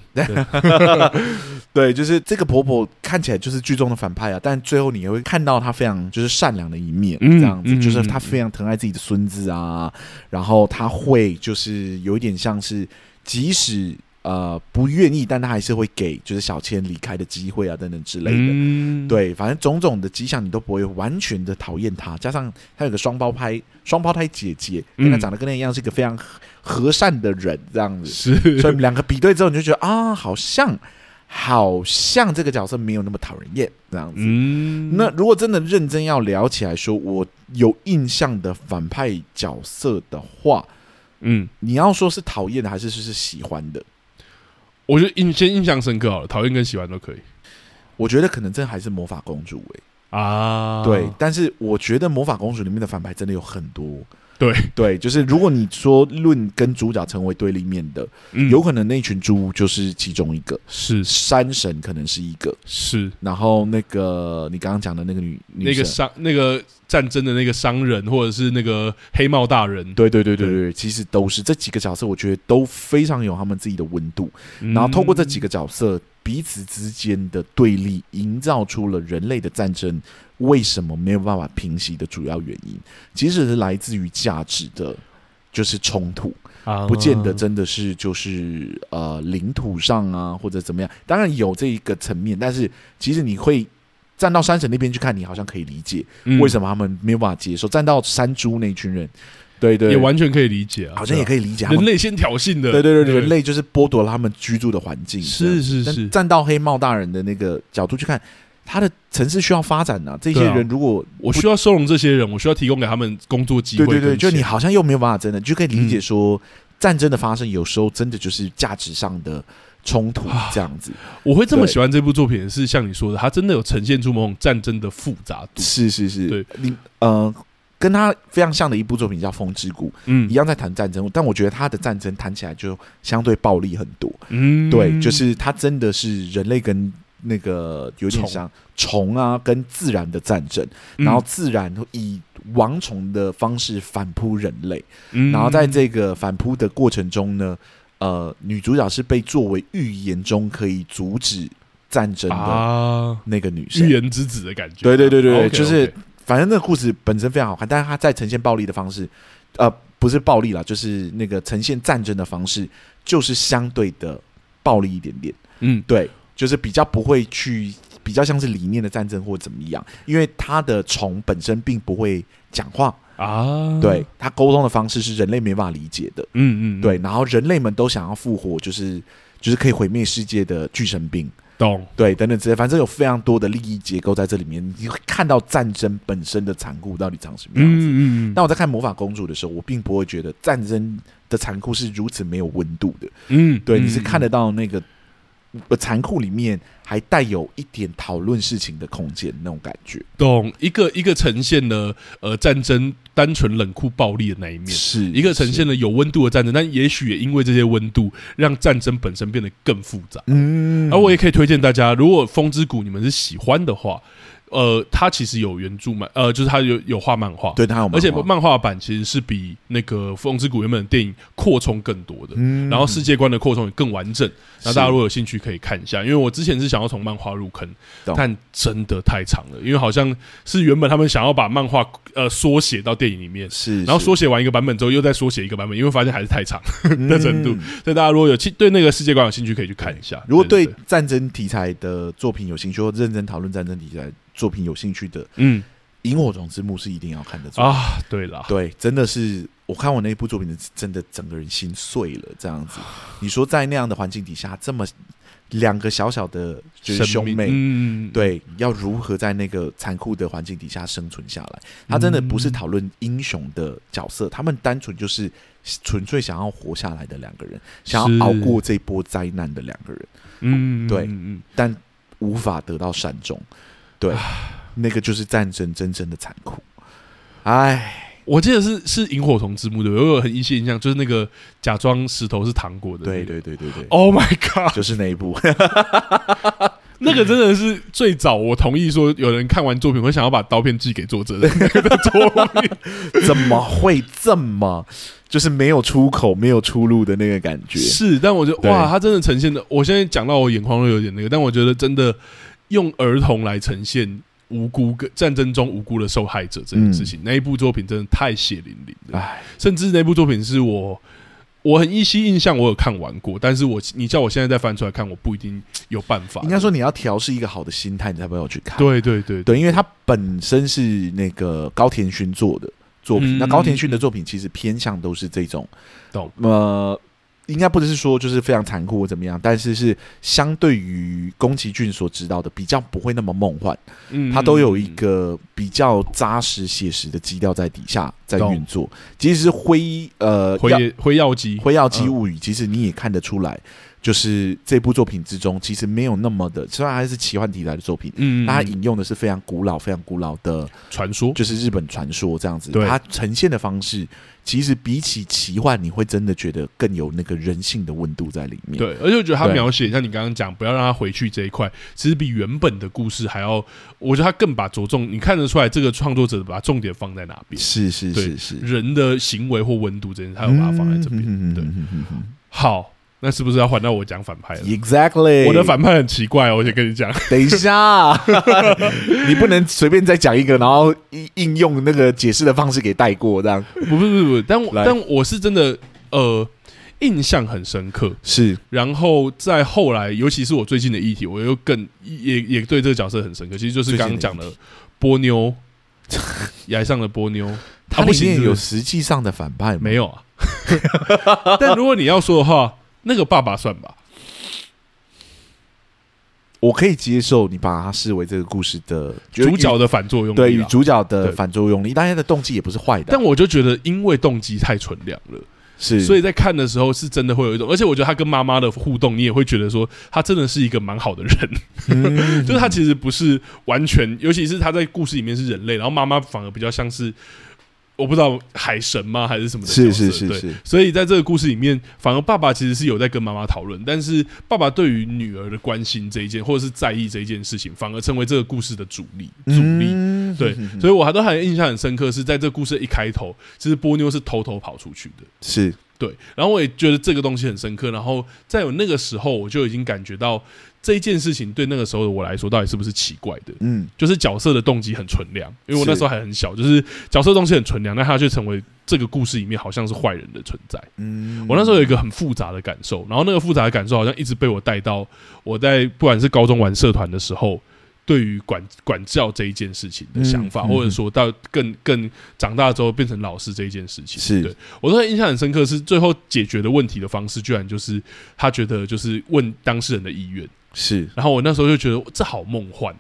Speaker 2: 对，就是这个婆婆看起来就是剧中的反派啊，但最后你也会看到她非常就是善良的一面，
Speaker 1: 嗯
Speaker 2: 这样子，
Speaker 1: 嗯
Speaker 2: 就是她非常疼爱自己的孙子啊，然后她会就是有一点像是即使。呃，不愿意，但她还是会给，就是小千离开的机会啊，等等之类的。
Speaker 1: 嗯，
Speaker 2: 对，反正种种的迹象你都不会完全的讨厌他，加上他有个双胞胎双胞胎姐姐，跟他
Speaker 1: 嗯
Speaker 2: 长得跟他一样，是一个非常和和善的人，这样子，
Speaker 1: 是
Speaker 2: 所以两个比对之后，你就觉得啊，好像好像这个角色没有那么讨人厌，这样子。
Speaker 1: 嗯，
Speaker 2: 那如果真的认真要聊起来说，我有印象的反派角色的话，
Speaker 1: 嗯，
Speaker 2: 你要说是讨厌的还是是是喜欢的？
Speaker 1: 我觉得印先印象深刻好了，讨厌跟喜欢都可以
Speaker 2: 我觉得可能真的还是魔法公主诶、欸
Speaker 1: 啊，
Speaker 2: 对，但是我觉得《魔法公主》里面的反派真的有很多。
Speaker 1: 对
Speaker 2: 对，就是如果你说论跟主角成为对立面的，
Speaker 1: 嗯，
Speaker 2: 有可能那群猪就是其中一个，
Speaker 1: 是
Speaker 2: 山神可能是一个，
Speaker 1: 是
Speaker 2: 然后那个你刚刚讲的那个女女
Speaker 1: 那个
Speaker 2: 神
Speaker 1: 商那个战争的那个商人，或者是那个黑帽大人，
Speaker 2: 对对对对对，其实都是这几个角色，我觉得都非常有他们自己的温度。
Speaker 1: 嗯，
Speaker 2: 然后透过这几个角色彼此之间的对立，营造出了人类的战争为什么没有办法平息的主要原因，其实是来自于价值的，就是冲突。
Speaker 1: 啊哦
Speaker 2: 不见得真的是就是呃领土上啊或者怎么样，当然有这一个层面，但是其实你会站到山神那边去看，你好像可以理解
Speaker 1: 嗯
Speaker 2: 为什么他们没有办法接受，站到山猪那群人，对对，
Speaker 1: 也完全可以理解啊，
Speaker 2: 好像也
Speaker 1: 以。
Speaker 2: 可以理解他
Speaker 1: 人
Speaker 2: 们，
Speaker 1: 类先挑衅的，
Speaker 2: 对对对，人类就是剥夺了他们居住的环境，这样
Speaker 1: 是是
Speaker 2: 但
Speaker 1: 是，
Speaker 2: 站到黑帽大人的那个角度去看，他的城市需要发展啊，这些
Speaker 1: 对啊
Speaker 2: 人如果
Speaker 1: 我需要收容这些人，我需要提供给他们工作机
Speaker 2: 对
Speaker 1: 会
Speaker 2: 对
Speaker 1: 跟钱。
Speaker 2: 对，就你好像又没有办法真的，就可以理解
Speaker 1: 嗯
Speaker 2: 说，战争的发生有时候真的就是价值上的冲突
Speaker 1: 啊
Speaker 2: 这样子。
Speaker 1: 我会这么
Speaker 2: 对
Speaker 1: 喜欢这部作品，是像你说的，它真的有呈现出某种战争的复杂度。
Speaker 2: 是是是，
Speaker 1: 对，
Speaker 2: 你呃，跟他非常像的一部作品叫《风之谷》，
Speaker 1: 嗯
Speaker 2: 一样在谈战争，但我觉得他的战争谈起来就相对暴力很多。
Speaker 1: 嗯
Speaker 2: 对，就是它真的是人类跟那个有点
Speaker 1: 虫
Speaker 2: 像虫啊，跟自然的战争，
Speaker 1: 嗯
Speaker 2: 然后自然以亡虫的方式反扑人类。
Speaker 1: 嗯
Speaker 2: 然后在这个反扑的过程中呢，呃，女主角是被作为预言中可以阻止战争的
Speaker 1: 啊，
Speaker 2: 那个女生。
Speaker 1: 预言之子的感觉。
Speaker 2: 对对对对对
Speaker 1: OK，OK
Speaker 2: 就是反正那个故事本身非常好看，但是它在呈现暴力的方式，呃，不是暴力啦，就是那个呈现战争的方式，就是相对的暴力一点点。
Speaker 1: 嗯
Speaker 2: 对，就是比较不会去。比较像是理念的战争或怎么样，因为它的虫本身并不会讲话，
Speaker 1: 啊，
Speaker 2: 对它沟通的方式是人类没办法理解的。
Speaker 1: 嗯，嗯嗯，
Speaker 2: 对，然后人类们都想要复活，就是就是可以毁灭世界的巨神兵，
Speaker 1: 懂。
Speaker 2: 对，等等之类，反正有非常多的利益结构在这里面，你会看到战争本身的残酷到底长什么样子。
Speaker 1: 嗯嗯嗯，
Speaker 2: 那我在看《魔法公主》的时候，我并不会觉得战争的残酷是如此没有温度的，
Speaker 1: 嗯，
Speaker 2: 对，你是看
Speaker 1: 的
Speaker 2: 得到那个。呃，残酷里面还带有一点讨论事情的空间，那种感觉
Speaker 1: 懂一个一个呈现了呃战争单纯冷酷暴力的那一面，
Speaker 2: 是
Speaker 1: 一个呈
Speaker 2: 是
Speaker 1: 现了有温度的战争，但也许也因为这些温度，让战争本身变得更复杂。
Speaker 2: 嗯，
Speaker 1: 而我也可以推荐大家，如果《风之谷》你们是喜欢的话，呃，它其实有原著漫，呃，就是它有有画漫画，
Speaker 2: 对他有漫画，
Speaker 1: 而且漫画版其实是比那个《风之谷》原本的电影扩充更多的，
Speaker 2: 嗯
Speaker 1: 然后世界观的扩充也更完整。那大家
Speaker 2: 是
Speaker 1: 如果有兴趣可以看一下，因为我之前是想要从漫画入坑
Speaker 2: 懂，
Speaker 1: 但真的太长了，因为好像是原本他们想要把漫画呃缩写到电影里面。
Speaker 2: 是，
Speaker 1: 然后
Speaker 2: 是
Speaker 1: 缩写完一个版本之后，又再缩写一个版本，因为发现还是太 长的程度
Speaker 2: 嗯。
Speaker 1: 所以大家如果有兴对那个世界观有兴趣，可以去看一下。
Speaker 2: 如果对
Speaker 1: 对，
Speaker 2: 战争题材的作品有兴趣，或认真讨论战争题材作品有兴趣的，《
Speaker 1: 嗯
Speaker 2: 萤火虫之墓》是一定要看的作品。
Speaker 1: 啊，对啦，
Speaker 2: 对，真的是我看我那部作品的，真的整个人心碎了。这样 子，你说在那样的环境底下，这么两个小小的就是
Speaker 1: 生
Speaker 2: 兄
Speaker 1: 命
Speaker 2: 妹，
Speaker 1: 嗯，
Speaker 2: 对，要如何在那个残酷的环境底下生存下来？他真的不
Speaker 1: 嗯
Speaker 2: 是讨论英雄的角色，他们单纯就是纯粹想要活下来的两个人，想
Speaker 1: 是
Speaker 2: 要熬过这波灾难的两个人。
Speaker 1: 嗯，嗯，
Speaker 2: 对
Speaker 1: 嗯
Speaker 2: 但无法得到善终。对，那个就是战争真正的残酷。哎，
Speaker 1: 我记得是是萤火虫之墓对不对？我有很依稀印象，就是那个假装石头是糖果的、
Speaker 2: 对。对对对对，
Speaker 1: Oh my god！
Speaker 2: 就是那一部。
Speaker 1: 那个真的是最早我同意说有人看完作品会想要把刀片寄给作者的那个作品。
Speaker 2: 怎么会这么就是没有出口、没有出路的那个感 觉？
Speaker 1: 是，但我觉得
Speaker 2: 对
Speaker 1: 哇，他真的呈现的，我现在讲到我眼眶都有点那个，但我觉得真的用儿童来呈现无辜跟战争中无辜的受害者这件
Speaker 2: 嗯
Speaker 1: 事情，那一部作品真的太血淋淋了。
Speaker 2: 哎，
Speaker 1: 甚至那部作品是我我很依稀印象，我有看完过，但是我你叫我现在再翻出来看，我不一定有办法。
Speaker 2: 应该说你要调试一个好的心态，你才不要去看。
Speaker 1: 对对对
Speaker 2: 对，因为它本身是那个高田勋做的作品，
Speaker 1: 嗯
Speaker 2: 那高田勋的作品其实偏向都是这种，
Speaker 1: 懂
Speaker 2: 呃，应该不是说就是非常残酷或怎么样，但是是相对于宫崎骏所指导的比较不会那么梦幻，
Speaker 1: 嗯
Speaker 2: 它都有一个比较扎实写实的基调在底下在
Speaker 1: 懂
Speaker 2: 运作。即使是灰呃
Speaker 1: 回
Speaker 2: 要
Speaker 1: 回药机，
Speaker 2: 灰耀姬
Speaker 1: 嗯
Speaker 2: 物语，其实你也看得出来，就是这部作品之中其实没有那么的，虽然它是奇幻题材的作品。
Speaker 1: 嗯，
Speaker 2: 但它引用的是非常古老、非常古老的
Speaker 1: 传说
Speaker 2: 就是日本传说这样子，
Speaker 1: 对
Speaker 2: 它呈现的方式，其实比起奇幻，你会真的觉得更有那个人性的温度在里面。，
Speaker 1: 对，而且我觉得他
Speaker 2: 对
Speaker 1: 描写像你刚刚讲，不要让他回去这一块，其实比原本的故事还要，我觉得他更把着重，你看得出来这个创作者把重点放在哪边，
Speaker 2: 是是
Speaker 1: 对
Speaker 2: 是是，
Speaker 1: 人的行为或温度这件事，他有把它放在这边。
Speaker 2: 嗯
Speaker 1: 对，
Speaker 2: 嗯嗯嗯嗯嗯嗯
Speaker 1: 好，那是不是要换到我讲反派了？
Speaker 2: Exactly，
Speaker 1: 我的反派很奇怪、哦，我先跟你 讲，
Speaker 2: 等一下， 你不能随便再讲一个，然后应应用那个解释的方式给带过，这样
Speaker 1: 不不不不，但我
Speaker 2: 来
Speaker 1: 但我是真的呃印象很深刻。
Speaker 2: 是
Speaker 1: 然后在后来，尤其是我最近的议题，我又更也也对这个角色很深刻。其实就是刚刚讲的波妞， 崖上的波妞，
Speaker 2: 它
Speaker 1: 啊不
Speaker 2: 里
Speaker 1: 行
Speaker 2: 面
Speaker 1: 是不
Speaker 2: 有
Speaker 1: 是
Speaker 2: 实际上的反派吗
Speaker 1: 没有啊。 但如果你要说的话，那个爸爸算吧。
Speaker 2: 我可以接受你把它视为这个故事的
Speaker 1: 主角的反作用
Speaker 2: 对
Speaker 1: 力
Speaker 2: 与
Speaker 1: 啊
Speaker 2: 主角的
Speaker 1: 对
Speaker 2: 反作用力，但他的动机也不是坏的，
Speaker 1: 但我就觉得，因为动机太纯良了，
Speaker 2: 是
Speaker 1: 所以在看的时候是真的会有一种，而且我觉得他跟妈妈的互动，你也会觉得说他真的是一个蛮好的人，
Speaker 2: 嗯
Speaker 1: 就是他其实不是完全，尤其是他在故事里面是人类，然后妈妈反而比较像是我不知道海神吗还是什么的角
Speaker 2: 是
Speaker 1: 色，
Speaker 2: 是是
Speaker 1: 对。
Speaker 2: 是，
Speaker 1: 所以在这个故事里面，反而爸爸其实是有在跟妈妈讨论，但是爸爸对于女儿的关心这一件，或者是在意这一件事情，反而成为这个故事的主力主力。
Speaker 2: 嗯
Speaker 1: 对，所以我还都还印象很深刻，是在这故事一开头，其实波妞是偷偷跑出去的。
Speaker 2: 是
Speaker 1: 对，然后我也觉得这个东西很深刻，然后在有那个时候，我就已经感觉到这一件事情对那个时候的我来说，到底是不是奇怪的？
Speaker 2: 嗯
Speaker 1: 就是角色的动机很纯良，因为我
Speaker 2: 是
Speaker 1: 那时候还很小，就是角色的东西很纯良，但他却成为这个故事里面好像是坏人的存在。
Speaker 2: 嗯
Speaker 1: 我那时候有一个很复杂的感受，然后那个复杂的感受好像一直被我带到我在不管是高中玩社团的时候，对于管管教这一件事情的想法，
Speaker 2: 嗯嗯
Speaker 1: 或者说到更更长大之后变成老师这一件事情，
Speaker 2: 是
Speaker 1: 对我对他印象很深刻是最后解决的问题的方式，居然就是他觉得就是问当事人的意愿。
Speaker 2: 是
Speaker 1: 然后我那时候就觉得这好梦幻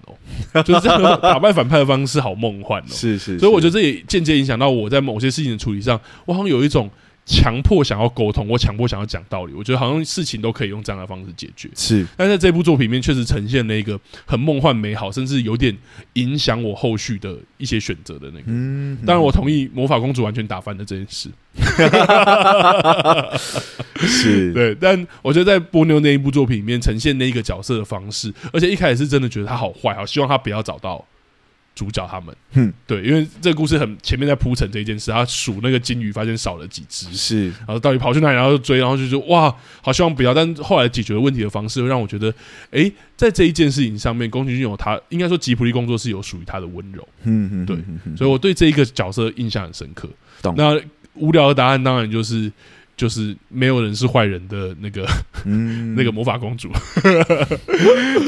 Speaker 1: 哦，就是这样 打败反派的方式好梦幻哦。
Speaker 2: 是是，
Speaker 1: 所以我觉
Speaker 2: 是
Speaker 1: 得这也间接影响到我在某些事情的处理上，我好像有一种强迫想要沟通，我强迫想要讲道理。我觉得好像事情都可以用这样的方式解决。
Speaker 2: 是
Speaker 1: 但在这部作品里面，确实呈现了一个很梦幻美好，甚至有点影响我后续的一些选择的那个。
Speaker 2: 嗯，
Speaker 1: 当然，我同意魔法公主完全打翻的这件事。
Speaker 2: 是
Speaker 1: 对，但我觉得在波妞那一部作品里面呈现那一个角色的方式，而且一开始是真的觉得他好坏，好希望他不要找到主角他们。
Speaker 2: 哼
Speaker 1: 对，因为这个故事很前面在铺陈这一件事，他数那个金鱼发现少了几只，
Speaker 2: 是
Speaker 1: 然后到底跑去哪里，然后就追，然后就说哇，好希望不要。但后来解决问题的方式，会让我觉得，诶，在这一件事情上面，宫崎骏有他应该说吉卜力工作室有属于他的温柔，
Speaker 2: 嗯嗯
Speaker 1: 对
Speaker 2: 嗯嗯
Speaker 1: 所以我对这一个角色印象很深刻。
Speaker 2: 懂
Speaker 1: 那无聊的答案当然就是。就是没有人是坏人的那个
Speaker 2: 嗯
Speaker 1: 那个魔法公主。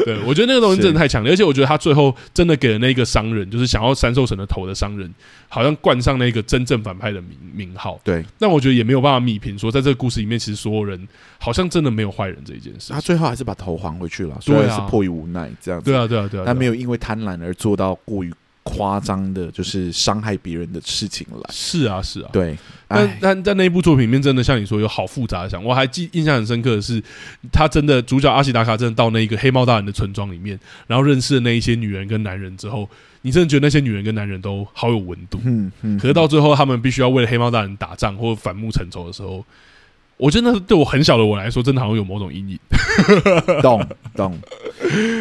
Speaker 1: 对，我觉得那个东西真的太强烈，而且我觉得他最后真的给了那个商人，就是想要三兽神的头的商人，好像冠上那个真正反派的名名号。
Speaker 2: 对
Speaker 1: 但我觉得也没有办法弭平说，在这个故事里面，其实所有人好像真的没有坏人这一件事
Speaker 2: 他
Speaker 1: 情。
Speaker 2: 最后还是把头还回去了，虽然
Speaker 1: 对啊
Speaker 2: 是迫于无奈这样子，
Speaker 1: 对啊，对啊，对啊，
Speaker 2: 但没
Speaker 1: 有
Speaker 2: 有因为贪婪而做到过于夸张的，就是伤害别人的事情来。
Speaker 1: 是啊，是啊。
Speaker 2: 对，
Speaker 1: 但
Speaker 2: 哎，
Speaker 1: 但在那一部作品里面，真的像你说有好复杂的想，我还记印象很深刻的是，他真的主角阿西达卡真的到那个黑猫大人的村庄里面，然后认识了那一些女人跟男人之后，你真的觉得那些女人跟男人都好有温度。
Speaker 2: 嗯嗯，
Speaker 1: 可是到最后，他们必须要为了黑猫大人打仗或反目成仇的时候，我觉得那对我很小的我来说，真的好像有某种阴影。
Speaker 2: 懂懂。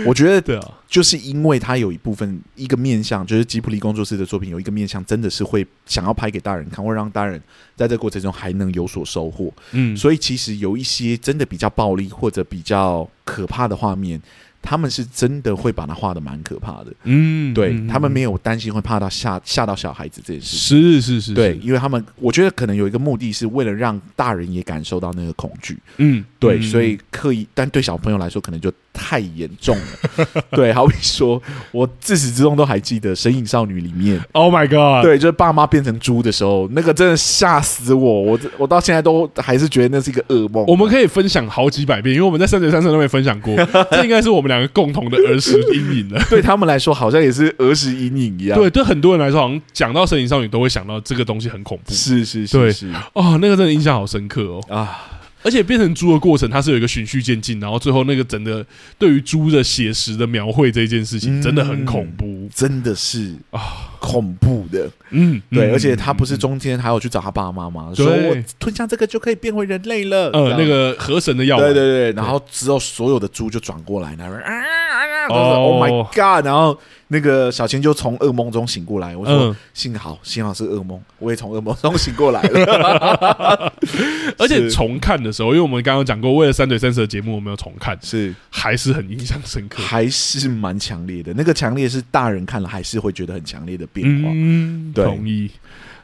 Speaker 2: 我觉得
Speaker 1: 对啊，
Speaker 2: 就是因为他有一部分一个面向，就是吉卜力工作室的作品有一个面向，真的是会想要拍给大人看，会让大人在这个过程中还能有所收获。
Speaker 1: 嗯，
Speaker 2: 所以其实有一些真的比较暴力或者比较可怕的画面，他们是真的会把它画的蛮可怕的。
Speaker 1: 嗯，
Speaker 2: 对
Speaker 1: 嗯
Speaker 2: 他们没有担心会怕到吓吓到小孩子这件事情。
Speaker 1: 是是是，
Speaker 2: 对，
Speaker 1: 是，
Speaker 2: 因为他们我觉得可能有一个目的是为了让大人也感受到那个恐惧，
Speaker 1: 嗯，
Speaker 2: 对，
Speaker 1: 嗯
Speaker 2: 所以刻意，但对小朋友来说可能就太严重了。 对，好比说，我自始至终都还记得《神隐少女》里面，
Speaker 1: ，Oh my God，，
Speaker 2: 对，就是爸妈变成猪的时候，那个真的吓死我，我我到现在都还是觉得那是一个噩梦。啊
Speaker 1: 我们可以分享好几百遍，因为我们在三嘴三舌都没分 享过，这应该是我们两个共同的儿时阴影了。
Speaker 2: 对他们来说，好像也是儿时阴影一样。，
Speaker 1: 对，对很多人来说，好像讲到《神隐少女》都会想到这个东西很恐 怖
Speaker 2: 是是
Speaker 1: 对
Speaker 2: 是是
Speaker 1: 哦，那个真的印象好深刻哦。
Speaker 2: 啊，
Speaker 1: 而且变成猪的过程，它是有一个循序渐进，然后最后那个整个对于猪的写实的描绘这一件事情，
Speaker 2: 嗯
Speaker 1: 真的很恐怖
Speaker 2: 真的是
Speaker 1: 啊。
Speaker 2: 恐怖的。
Speaker 1: 嗯，
Speaker 2: 对，
Speaker 1: 嗯
Speaker 2: 而且他不是中间还有去找他爸妈吗？说
Speaker 1: 对
Speaker 2: 我吞下这个就可以变回人类了。
Speaker 1: 呃
Speaker 2: 这样
Speaker 1: 那。个河神的药丸嗯
Speaker 2: 对对对，然后之后所有的猪就转过来，然后啊啊啊，我说
Speaker 1: 哦
Speaker 2: ，Oh my God！然后那个小千就从噩梦中醒过来，我说
Speaker 1: 嗯
Speaker 2: 幸好幸好是噩梦，我也从噩梦中醒过 来了。
Speaker 1: 而且
Speaker 2: 是
Speaker 1: 重看的时候，因为我们刚刚讲过，为了三嘴三舌的节目，我们有重看，
Speaker 2: 是，
Speaker 1: 还是很印象深刻。
Speaker 2: 还是蛮强烈的。那个强烈是大人看了还是会觉得很强烈的变化。
Speaker 1: 嗯，
Speaker 2: 对
Speaker 1: 同意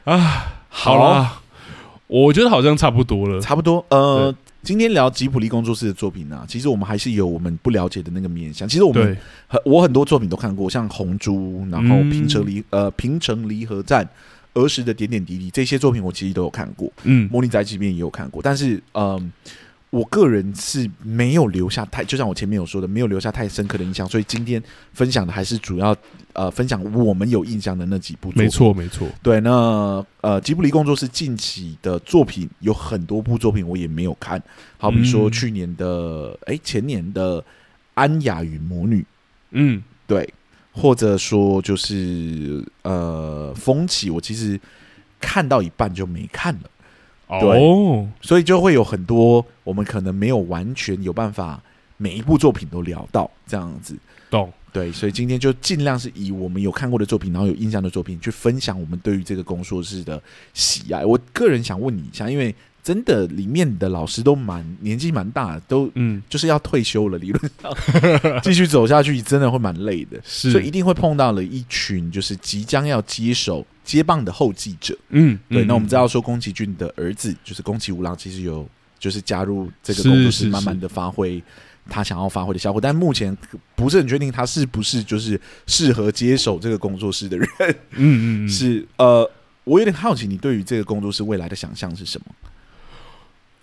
Speaker 1: 啊。好啦，我觉得好像差不多了。
Speaker 2: 差不多，呃，今天聊吉普力工作室的作品呢、啊其实我们还是有我们不了解的那个面向。其实我们
Speaker 1: 对，
Speaker 2: 很我很多作品都看过，像《红猪》，然后
Speaker 1: 嗯
Speaker 2: 《平成离、呃平成离合战》。儿时的点点滴滴，这些作品我其实都有看过，
Speaker 1: 嗯
Speaker 2: 《魔力宅急便》也有看过，但是，嗯、我个人是没有留下太，就像我前面有说的，没有留下太深刻的印象，所以今天分享的还是主要，呃，分享我们有印象的那几部作品。
Speaker 1: 没错，没错。
Speaker 2: 对，那呃，吉卜力工作室近期的作品有很多部作品我也没有看，好比说
Speaker 1: 嗯
Speaker 2: 去年的，哎、前年的《安雅与魔女》，
Speaker 1: 嗯，
Speaker 2: 对，或者说就是呃，《风起》，我其实看到一半就没看了，
Speaker 1: 哦，
Speaker 2: 所以就会有很多我们可能没有完全有办法每一部作品都聊到这样子。
Speaker 1: 懂。
Speaker 2: 对，所以今天就尽量是以我们有看过的作品，然后有印象的作品去分享我们对于这个工作室的喜爱。我个人想问你一下，因为真的里面的老师都蛮年纪蛮大的，都
Speaker 1: 嗯，
Speaker 2: 就是要退休了，理论上继续走下去真的会蛮累的，所以一
Speaker 1: 是。
Speaker 2: 定会碰到了一群就是即将要接手接棒的后继者。
Speaker 1: 嗯，
Speaker 2: 对，
Speaker 1: 嗯
Speaker 2: 那我们知道说宫崎骏的儿子就是宫崎吾郎，其实有就是加入这个
Speaker 1: 是
Speaker 2: 工作
Speaker 1: 是
Speaker 2: 室，慢慢
Speaker 1: 是
Speaker 2: 的发挥他想要发挥的效果，但目前不是很确定他是不是就是适合接手这个工作室的人。
Speaker 1: 嗯嗯嗯，
Speaker 2: 是呃，我有点好奇你对于这个工作室未来的想象是什么？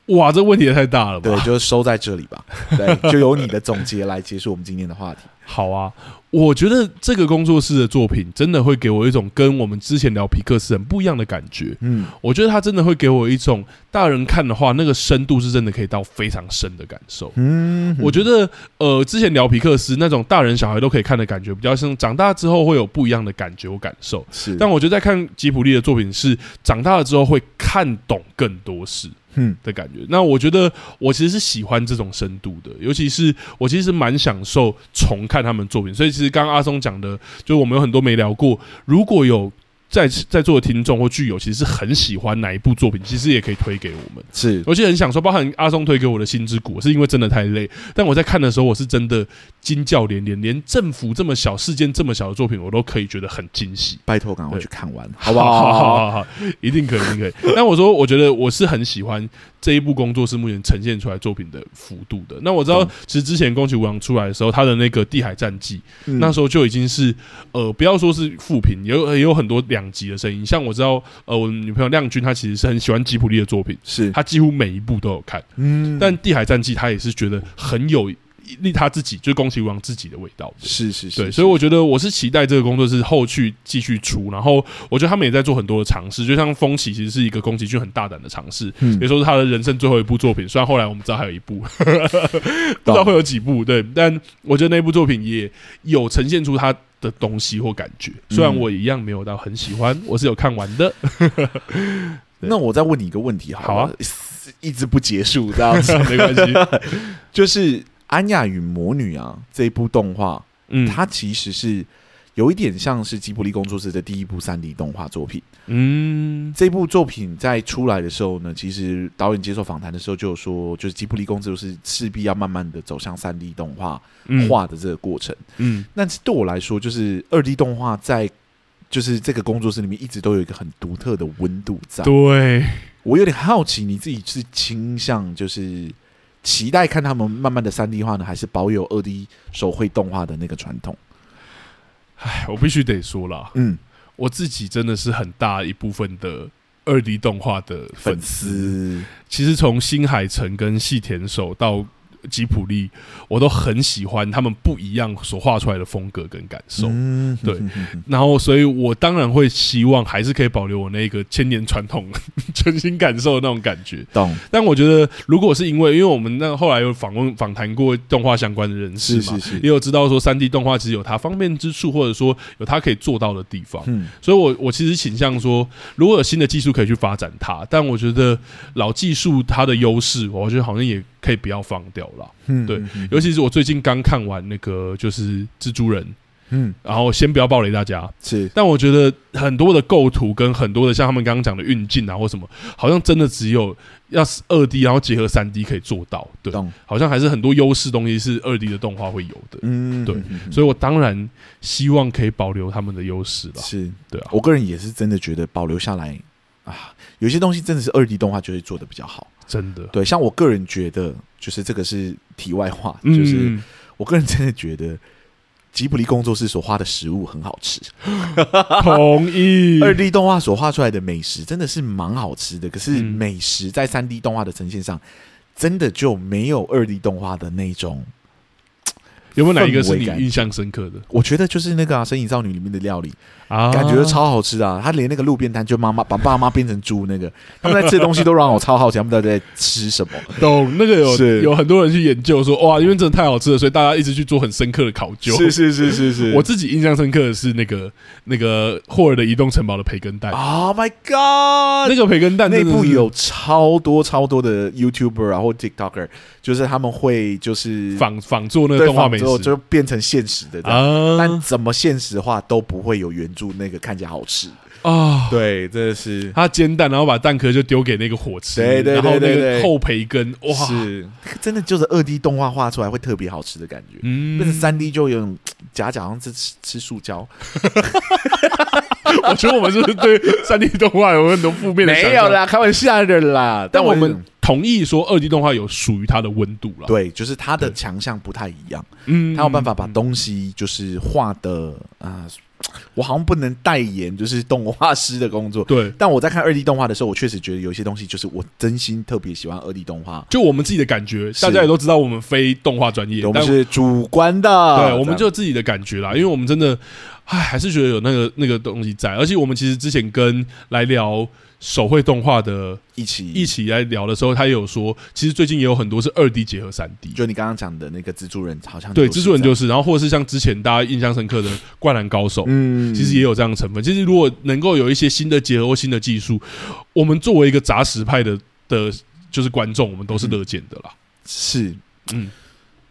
Speaker 1: 哇，这问题也太大了吧？
Speaker 2: 对，就收在这里吧。 对，就由你的总结来结束我们今天的话题。
Speaker 1: 好啊，我觉得这个工作室的作品真的会给我一种跟我们之前聊皮克斯很不一样的感觉。
Speaker 2: 嗯，
Speaker 1: 我觉得它真的会给我一种大人看的话，那个深度是真的可以到非常深的感受。
Speaker 2: 嗯
Speaker 1: 我觉得，呃，之前聊皮克斯那种大人小孩都可以看的感觉，比较像长大之后会有不一样的感觉或感受。
Speaker 2: 是，
Speaker 1: 但我觉得在看吉普力的作品是长大了之后会看懂更多事
Speaker 2: 嗯
Speaker 1: 的感觉。那我觉得我其实是喜欢这种深度的，尤其是我其实蛮享受重看他们作品。所以其实刚刚阿松讲的，就我们有很多没聊过，如果有。在在座的听众或剧友，其实很喜欢哪一部作品，其实也可以推给我们。
Speaker 2: 是
Speaker 1: 而且很享受，包含阿松推给我的《心之谷》，是因为真的太累。但我在看的时候，我是真的惊叫连连，连政府这么小、事件这么小的作品，我都可以觉得很惊喜。
Speaker 2: 拜托赶快
Speaker 1: 对
Speaker 2: 去看完，好不好？
Speaker 1: 好好好，一定可以，一定可以。但我说，我觉得我是很喜欢这一部工作室目前呈现出来作品的幅度的。那我知道
Speaker 2: 懂，
Speaker 1: 其实之前宫崎吾郎出来的时候，他的那个《地海战记》，
Speaker 2: 嗯
Speaker 1: 那时候就已经是呃，不要说是复评，也有也有很多两极的声音。像我知道，呃，我女朋友亮君，她其实是很喜欢吉卜力的作品，
Speaker 2: 是，
Speaker 1: 她几乎每一部都有看。
Speaker 2: 嗯
Speaker 1: 但《地海战记》他也是觉得很有利他自己，就是宫崎吾郎自己的味道的。
Speaker 2: 是是是，
Speaker 1: 对，所以我觉得我是期待这个工作室后续继续出，然后我觉得他们也在做很多的尝试，就像《风起》其实是一个宫崎骏很大胆的尝试，
Speaker 2: 嗯
Speaker 1: 也说是他的人生最后一部作品。虽然后来我们知道还有一 部，不知道会有几部，对，但我觉得那部作品也有呈现出他的东西或感觉。虽然
Speaker 2: 嗯
Speaker 1: 我一样没有到很喜欢，我是有看完的， 对
Speaker 2: 那我再问你一个问题好，
Speaker 1: 好啊，
Speaker 2: 一直不结束这 样子，
Speaker 1: 没关系。
Speaker 2: 就是《安雅与魔女》啊这一部动画，
Speaker 1: 嗯，
Speaker 2: 它其实是有一点像是吉卜力工作室的第一部三 D 动画作品。
Speaker 1: 嗯
Speaker 2: 这部作品在出来的时候呢，其实导演接受访谈的时候就有说，就是吉卜力工作室势必要慢慢的走向三 D 动画
Speaker 1: 嗯
Speaker 2: 化的这个过程。
Speaker 1: 嗯
Speaker 2: 那对我来说，就是二 D 动画在就是这个工作室里面一直都有一个很独特的温度在。
Speaker 1: 对。
Speaker 2: 我有点好奇，你自己是倾向就是期待看他们慢慢的三 D 化呢，还是保有二 D 手绘动画的那个传统？
Speaker 1: 唉我必须得说啦，
Speaker 2: 嗯，
Speaker 1: 我自己真的是很大一部分的二 D 动画的粉
Speaker 2: 粉
Speaker 1: 丝。
Speaker 2: 丝
Speaker 1: 其实从新海诚跟细田守到吉普力，我都很喜欢他们不一样所画出来的风格跟感受。
Speaker 2: 嗯
Speaker 1: 对，然后，所以我当然会希望还是可以保留我那个千年传统、 全新感受的那种感觉。
Speaker 2: 懂
Speaker 1: 但我觉得，如果是因为，因为我们那后来有访问访谈过动画相关的人士
Speaker 2: 是
Speaker 1: 嘛，
Speaker 2: 是是，
Speaker 1: 也有知道说三 D 动画其实有它方便之处，或者说有它可以做到的地方。
Speaker 2: 嗯，
Speaker 1: 所以我，我其实倾向说，如果有新的技术可以去发展它，但我觉得老技术它的优势，我觉得好像也可以不要放掉啦。
Speaker 2: 嗯
Speaker 1: 对
Speaker 2: 嗯嗯
Speaker 1: 尤其是我最近刚看完那个就是蜘蛛人，
Speaker 2: 嗯
Speaker 1: 然后先不要暴雷大家，
Speaker 2: 是
Speaker 1: 但我觉得很多的构图跟很多的像他们刚刚讲的运镜啊或什么，好像真的只有要是二 D 然后结合三 D 可以做到，对，
Speaker 2: 懂，
Speaker 1: 好像还是很多优势东西是二 D 的动画会有的，
Speaker 2: 嗯
Speaker 1: 对
Speaker 2: 嗯嗯嗯
Speaker 1: 所以我当然希望可以保留他们的优势啦。
Speaker 2: 是
Speaker 1: 对啊
Speaker 2: 我个人也是真的觉得保留下来啊，有些东西真的是二 D 动画就会做的比较好。
Speaker 1: 真的，
Speaker 2: 对，像我个人觉得，就是这个是题外话，就是
Speaker 1: 嗯
Speaker 2: 我个人真的觉得。吉卜力工作室所画的食物很好吃，
Speaker 1: 同意，
Speaker 2: 二 D 动画所画出来的美食真的是蛮好吃的。可是
Speaker 1: 嗯
Speaker 2: 美食在三 D 动画的呈现上，真的就没有二 D 动画的那种。
Speaker 1: 有没有哪一个是你
Speaker 2: 氛围感
Speaker 1: 印象深刻的
Speaker 2: 我觉得就是那个、啊《神隐少女》里面的料理，
Speaker 1: 啊？
Speaker 2: 感觉超好吃的、啊。他连那个路边摊，就妈妈把爸妈变成猪那个，他们在吃的东西都让我超好奇，他们到底在吃什么？
Speaker 1: 懂那个有
Speaker 2: 是
Speaker 1: 有很多人去研究说哇，因为真的太好吃了，所以大家一直去做很深刻的考究。
Speaker 2: 是是是是
Speaker 1: 我自己印象深刻的是那个那个霍尔的移动城堡的培根蛋，
Speaker 2: ，Oh my
Speaker 1: 那
Speaker 2: God！
Speaker 1: 个培根蛋
Speaker 2: 内
Speaker 1: 真的
Speaker 2: 部
Speaker 1: 是
Speaker 2: 有超多超多的 YouTuber 啊或 TikToker，就是他们会就是
Speaker 1: 仿仿做那个
Speaker 2: 对
Speaker 1: 动画
Speaker 2: 仿
Speaker 1: 美
Speaker 2: 之后
Speaker 1: 食
Speaker 2: 就变成现实的这样。但
Speaker 1: 啊
Speaker 2: 怎么现实化都不会有原著那个看起来好吃。
Speaker 1: 啊！
Speaker 2: 对，真的是
Speaker 1: 他煎蛋，然后把蛋壳就丢给那个火吃，
Speaker 2: 对对对
Speaker 1: 然后那
Speaker 2: 对
Speaker 1: 个
Speaker 2: 对
Speaker 1: 厚培根，哇，
Speaker 2: 是真的就是二 D 动画画出来会特别好吃的感觉。
Speaker 1: 嗯
Speaker 2: 变成三 D 就有种假假，好像是吃吃塑胶，
Speaker 1: 我觉得我们是不是对三 D 动画有很多负面的想象？
Speaker 2: 啦，开玩笑的啦。
Speaker 1: 但我们同意说二 D 动画有属于它的温度了，
Speaker 2: 对，就是它的
Speaker 1: 对
Speaker 2: 强项不太一样，
Speaker 1: 嗯，嗯
Speaker 2: 它有办法把东西就是画的啊、我好像不能代言就是动画师的工作，
Speaker 1: 对，
Speaker 2: 但我在看二 D 动画的时候，我确实觉得有一些东西就是我真心特别喜欢二 D 动画，
Speaker 1: 就我们自己的感觉，
Speaker 2: 是
Speaker 1: 大家也都知道我们非动画专业，
Speaker 2: 我们
Speaker 1: 但
Speaker 2: 是主观的，
Speaker 1: 对，我们
Speaker 2: 这样
Speaker 1: 就自己的感觉啦，因为我们真的，唉，还是觉得有那个那个东西在。而且我们其实之前跟来聊手绘动画的
Speaker 2: 一起
Speaker 1: 一起来聊的时候，他也有说，其实最近也有很多是二 D 结合三 D。
Speaker 2: 就你刚刚讲的那个蜘蛛人，好像
Speaker 1: 对，
Speaker 2: 是
Speaker 1: 蜘蛛人
Speaker 2: 这
Speaker 1: 就
Speaker 2: 样
Speaker 1: 是，然后或是像之前大家印象深刻的《灌篮高手》，
Speaker 2: 嗯，
Speaker 1: 其实也有这样的成分。其实如果能够有一些新的结合或新的技术，我们作为一个杂食派的的，就是观众，我们
Speaker 2: 嗯
Speaker 1: 都是乐见的啦。
Speaker 2: 是
Speaker 1: 嗯，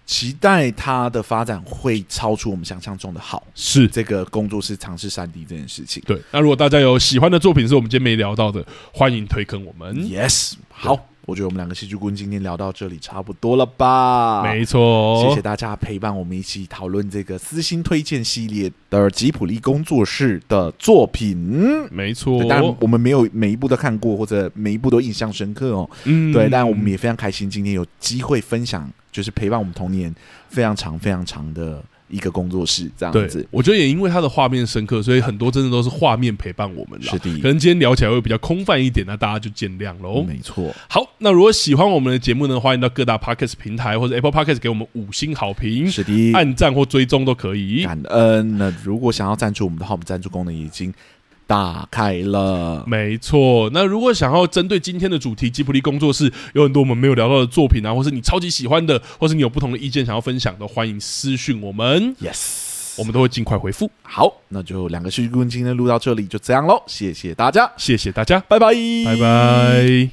Speaker 2: 期待它的发展会超出我们想象中的好。
Speaker 1: 是。
Speaker 2: 这个工作室尝试三 D 这件事情。
Speaker 1: 对，那如果大家有喜欢的作品是我们今天没聊到的，欢迎推坑我们。
Speaker 2: Yes，好，我觉得我们两个戏剧顾问今天聊到这里差不多了吧？
Speaker 1: 没错，哦
Speaker 2: 谢谢大家陪伴我们一起讨论这个私心推荐系列的吉普力工作室的作品。
Speaker 1: 没错哦
Speaker 2: 对，当然我们没有每一部都看过，或者每一部都印象深刻哦。
Speaker 1: 嗯
Speaker 2: 对，但我们也非常开心，今天有机会分享，就是陪伴我们童年非常长、非常长的一个工作室这样
Speaker 1: 对
Speaker 2: 子。，
Speaker 1: 我觉得也因为它的画面深刻，所以很多真的都是画面陪伴我们了。
Speaker 2: 是的
Speaker 1: 可能今天聊起来会比较空泛一点，那大家就见谅喽。
Speaker 2: 没错，
Speaker 1: 好，那如果喜欢我们的节目呢，欢迎到各大 podcast 平台或者 Apple podcast 给我们五星好评、
Speaker 2: 是的，
Speaker 1: 按赞或追踪都可以。
Speaker 2: 感恩。那如果想要赞助我们的话，我们赞助功能已经打开了。
Speaker 1: 没错，那如果想要针对今天的主题吉普力工作室，有很多我们没有聊到的作品啊，或是你超级喜欢的，或是你有不同的意见想要分享的，欢迎私讯我们，
Speaker 2: Yes，
Speaker 1: 我们都会尽快回复。
Speaker 2: 好，那就两个戏剧顾问今天录到这里就这样喽，谢谢大家，
Speaker 1: 谢谢大家，
Speaker 2: 拜拜，
Speaker 1: 拜。拜。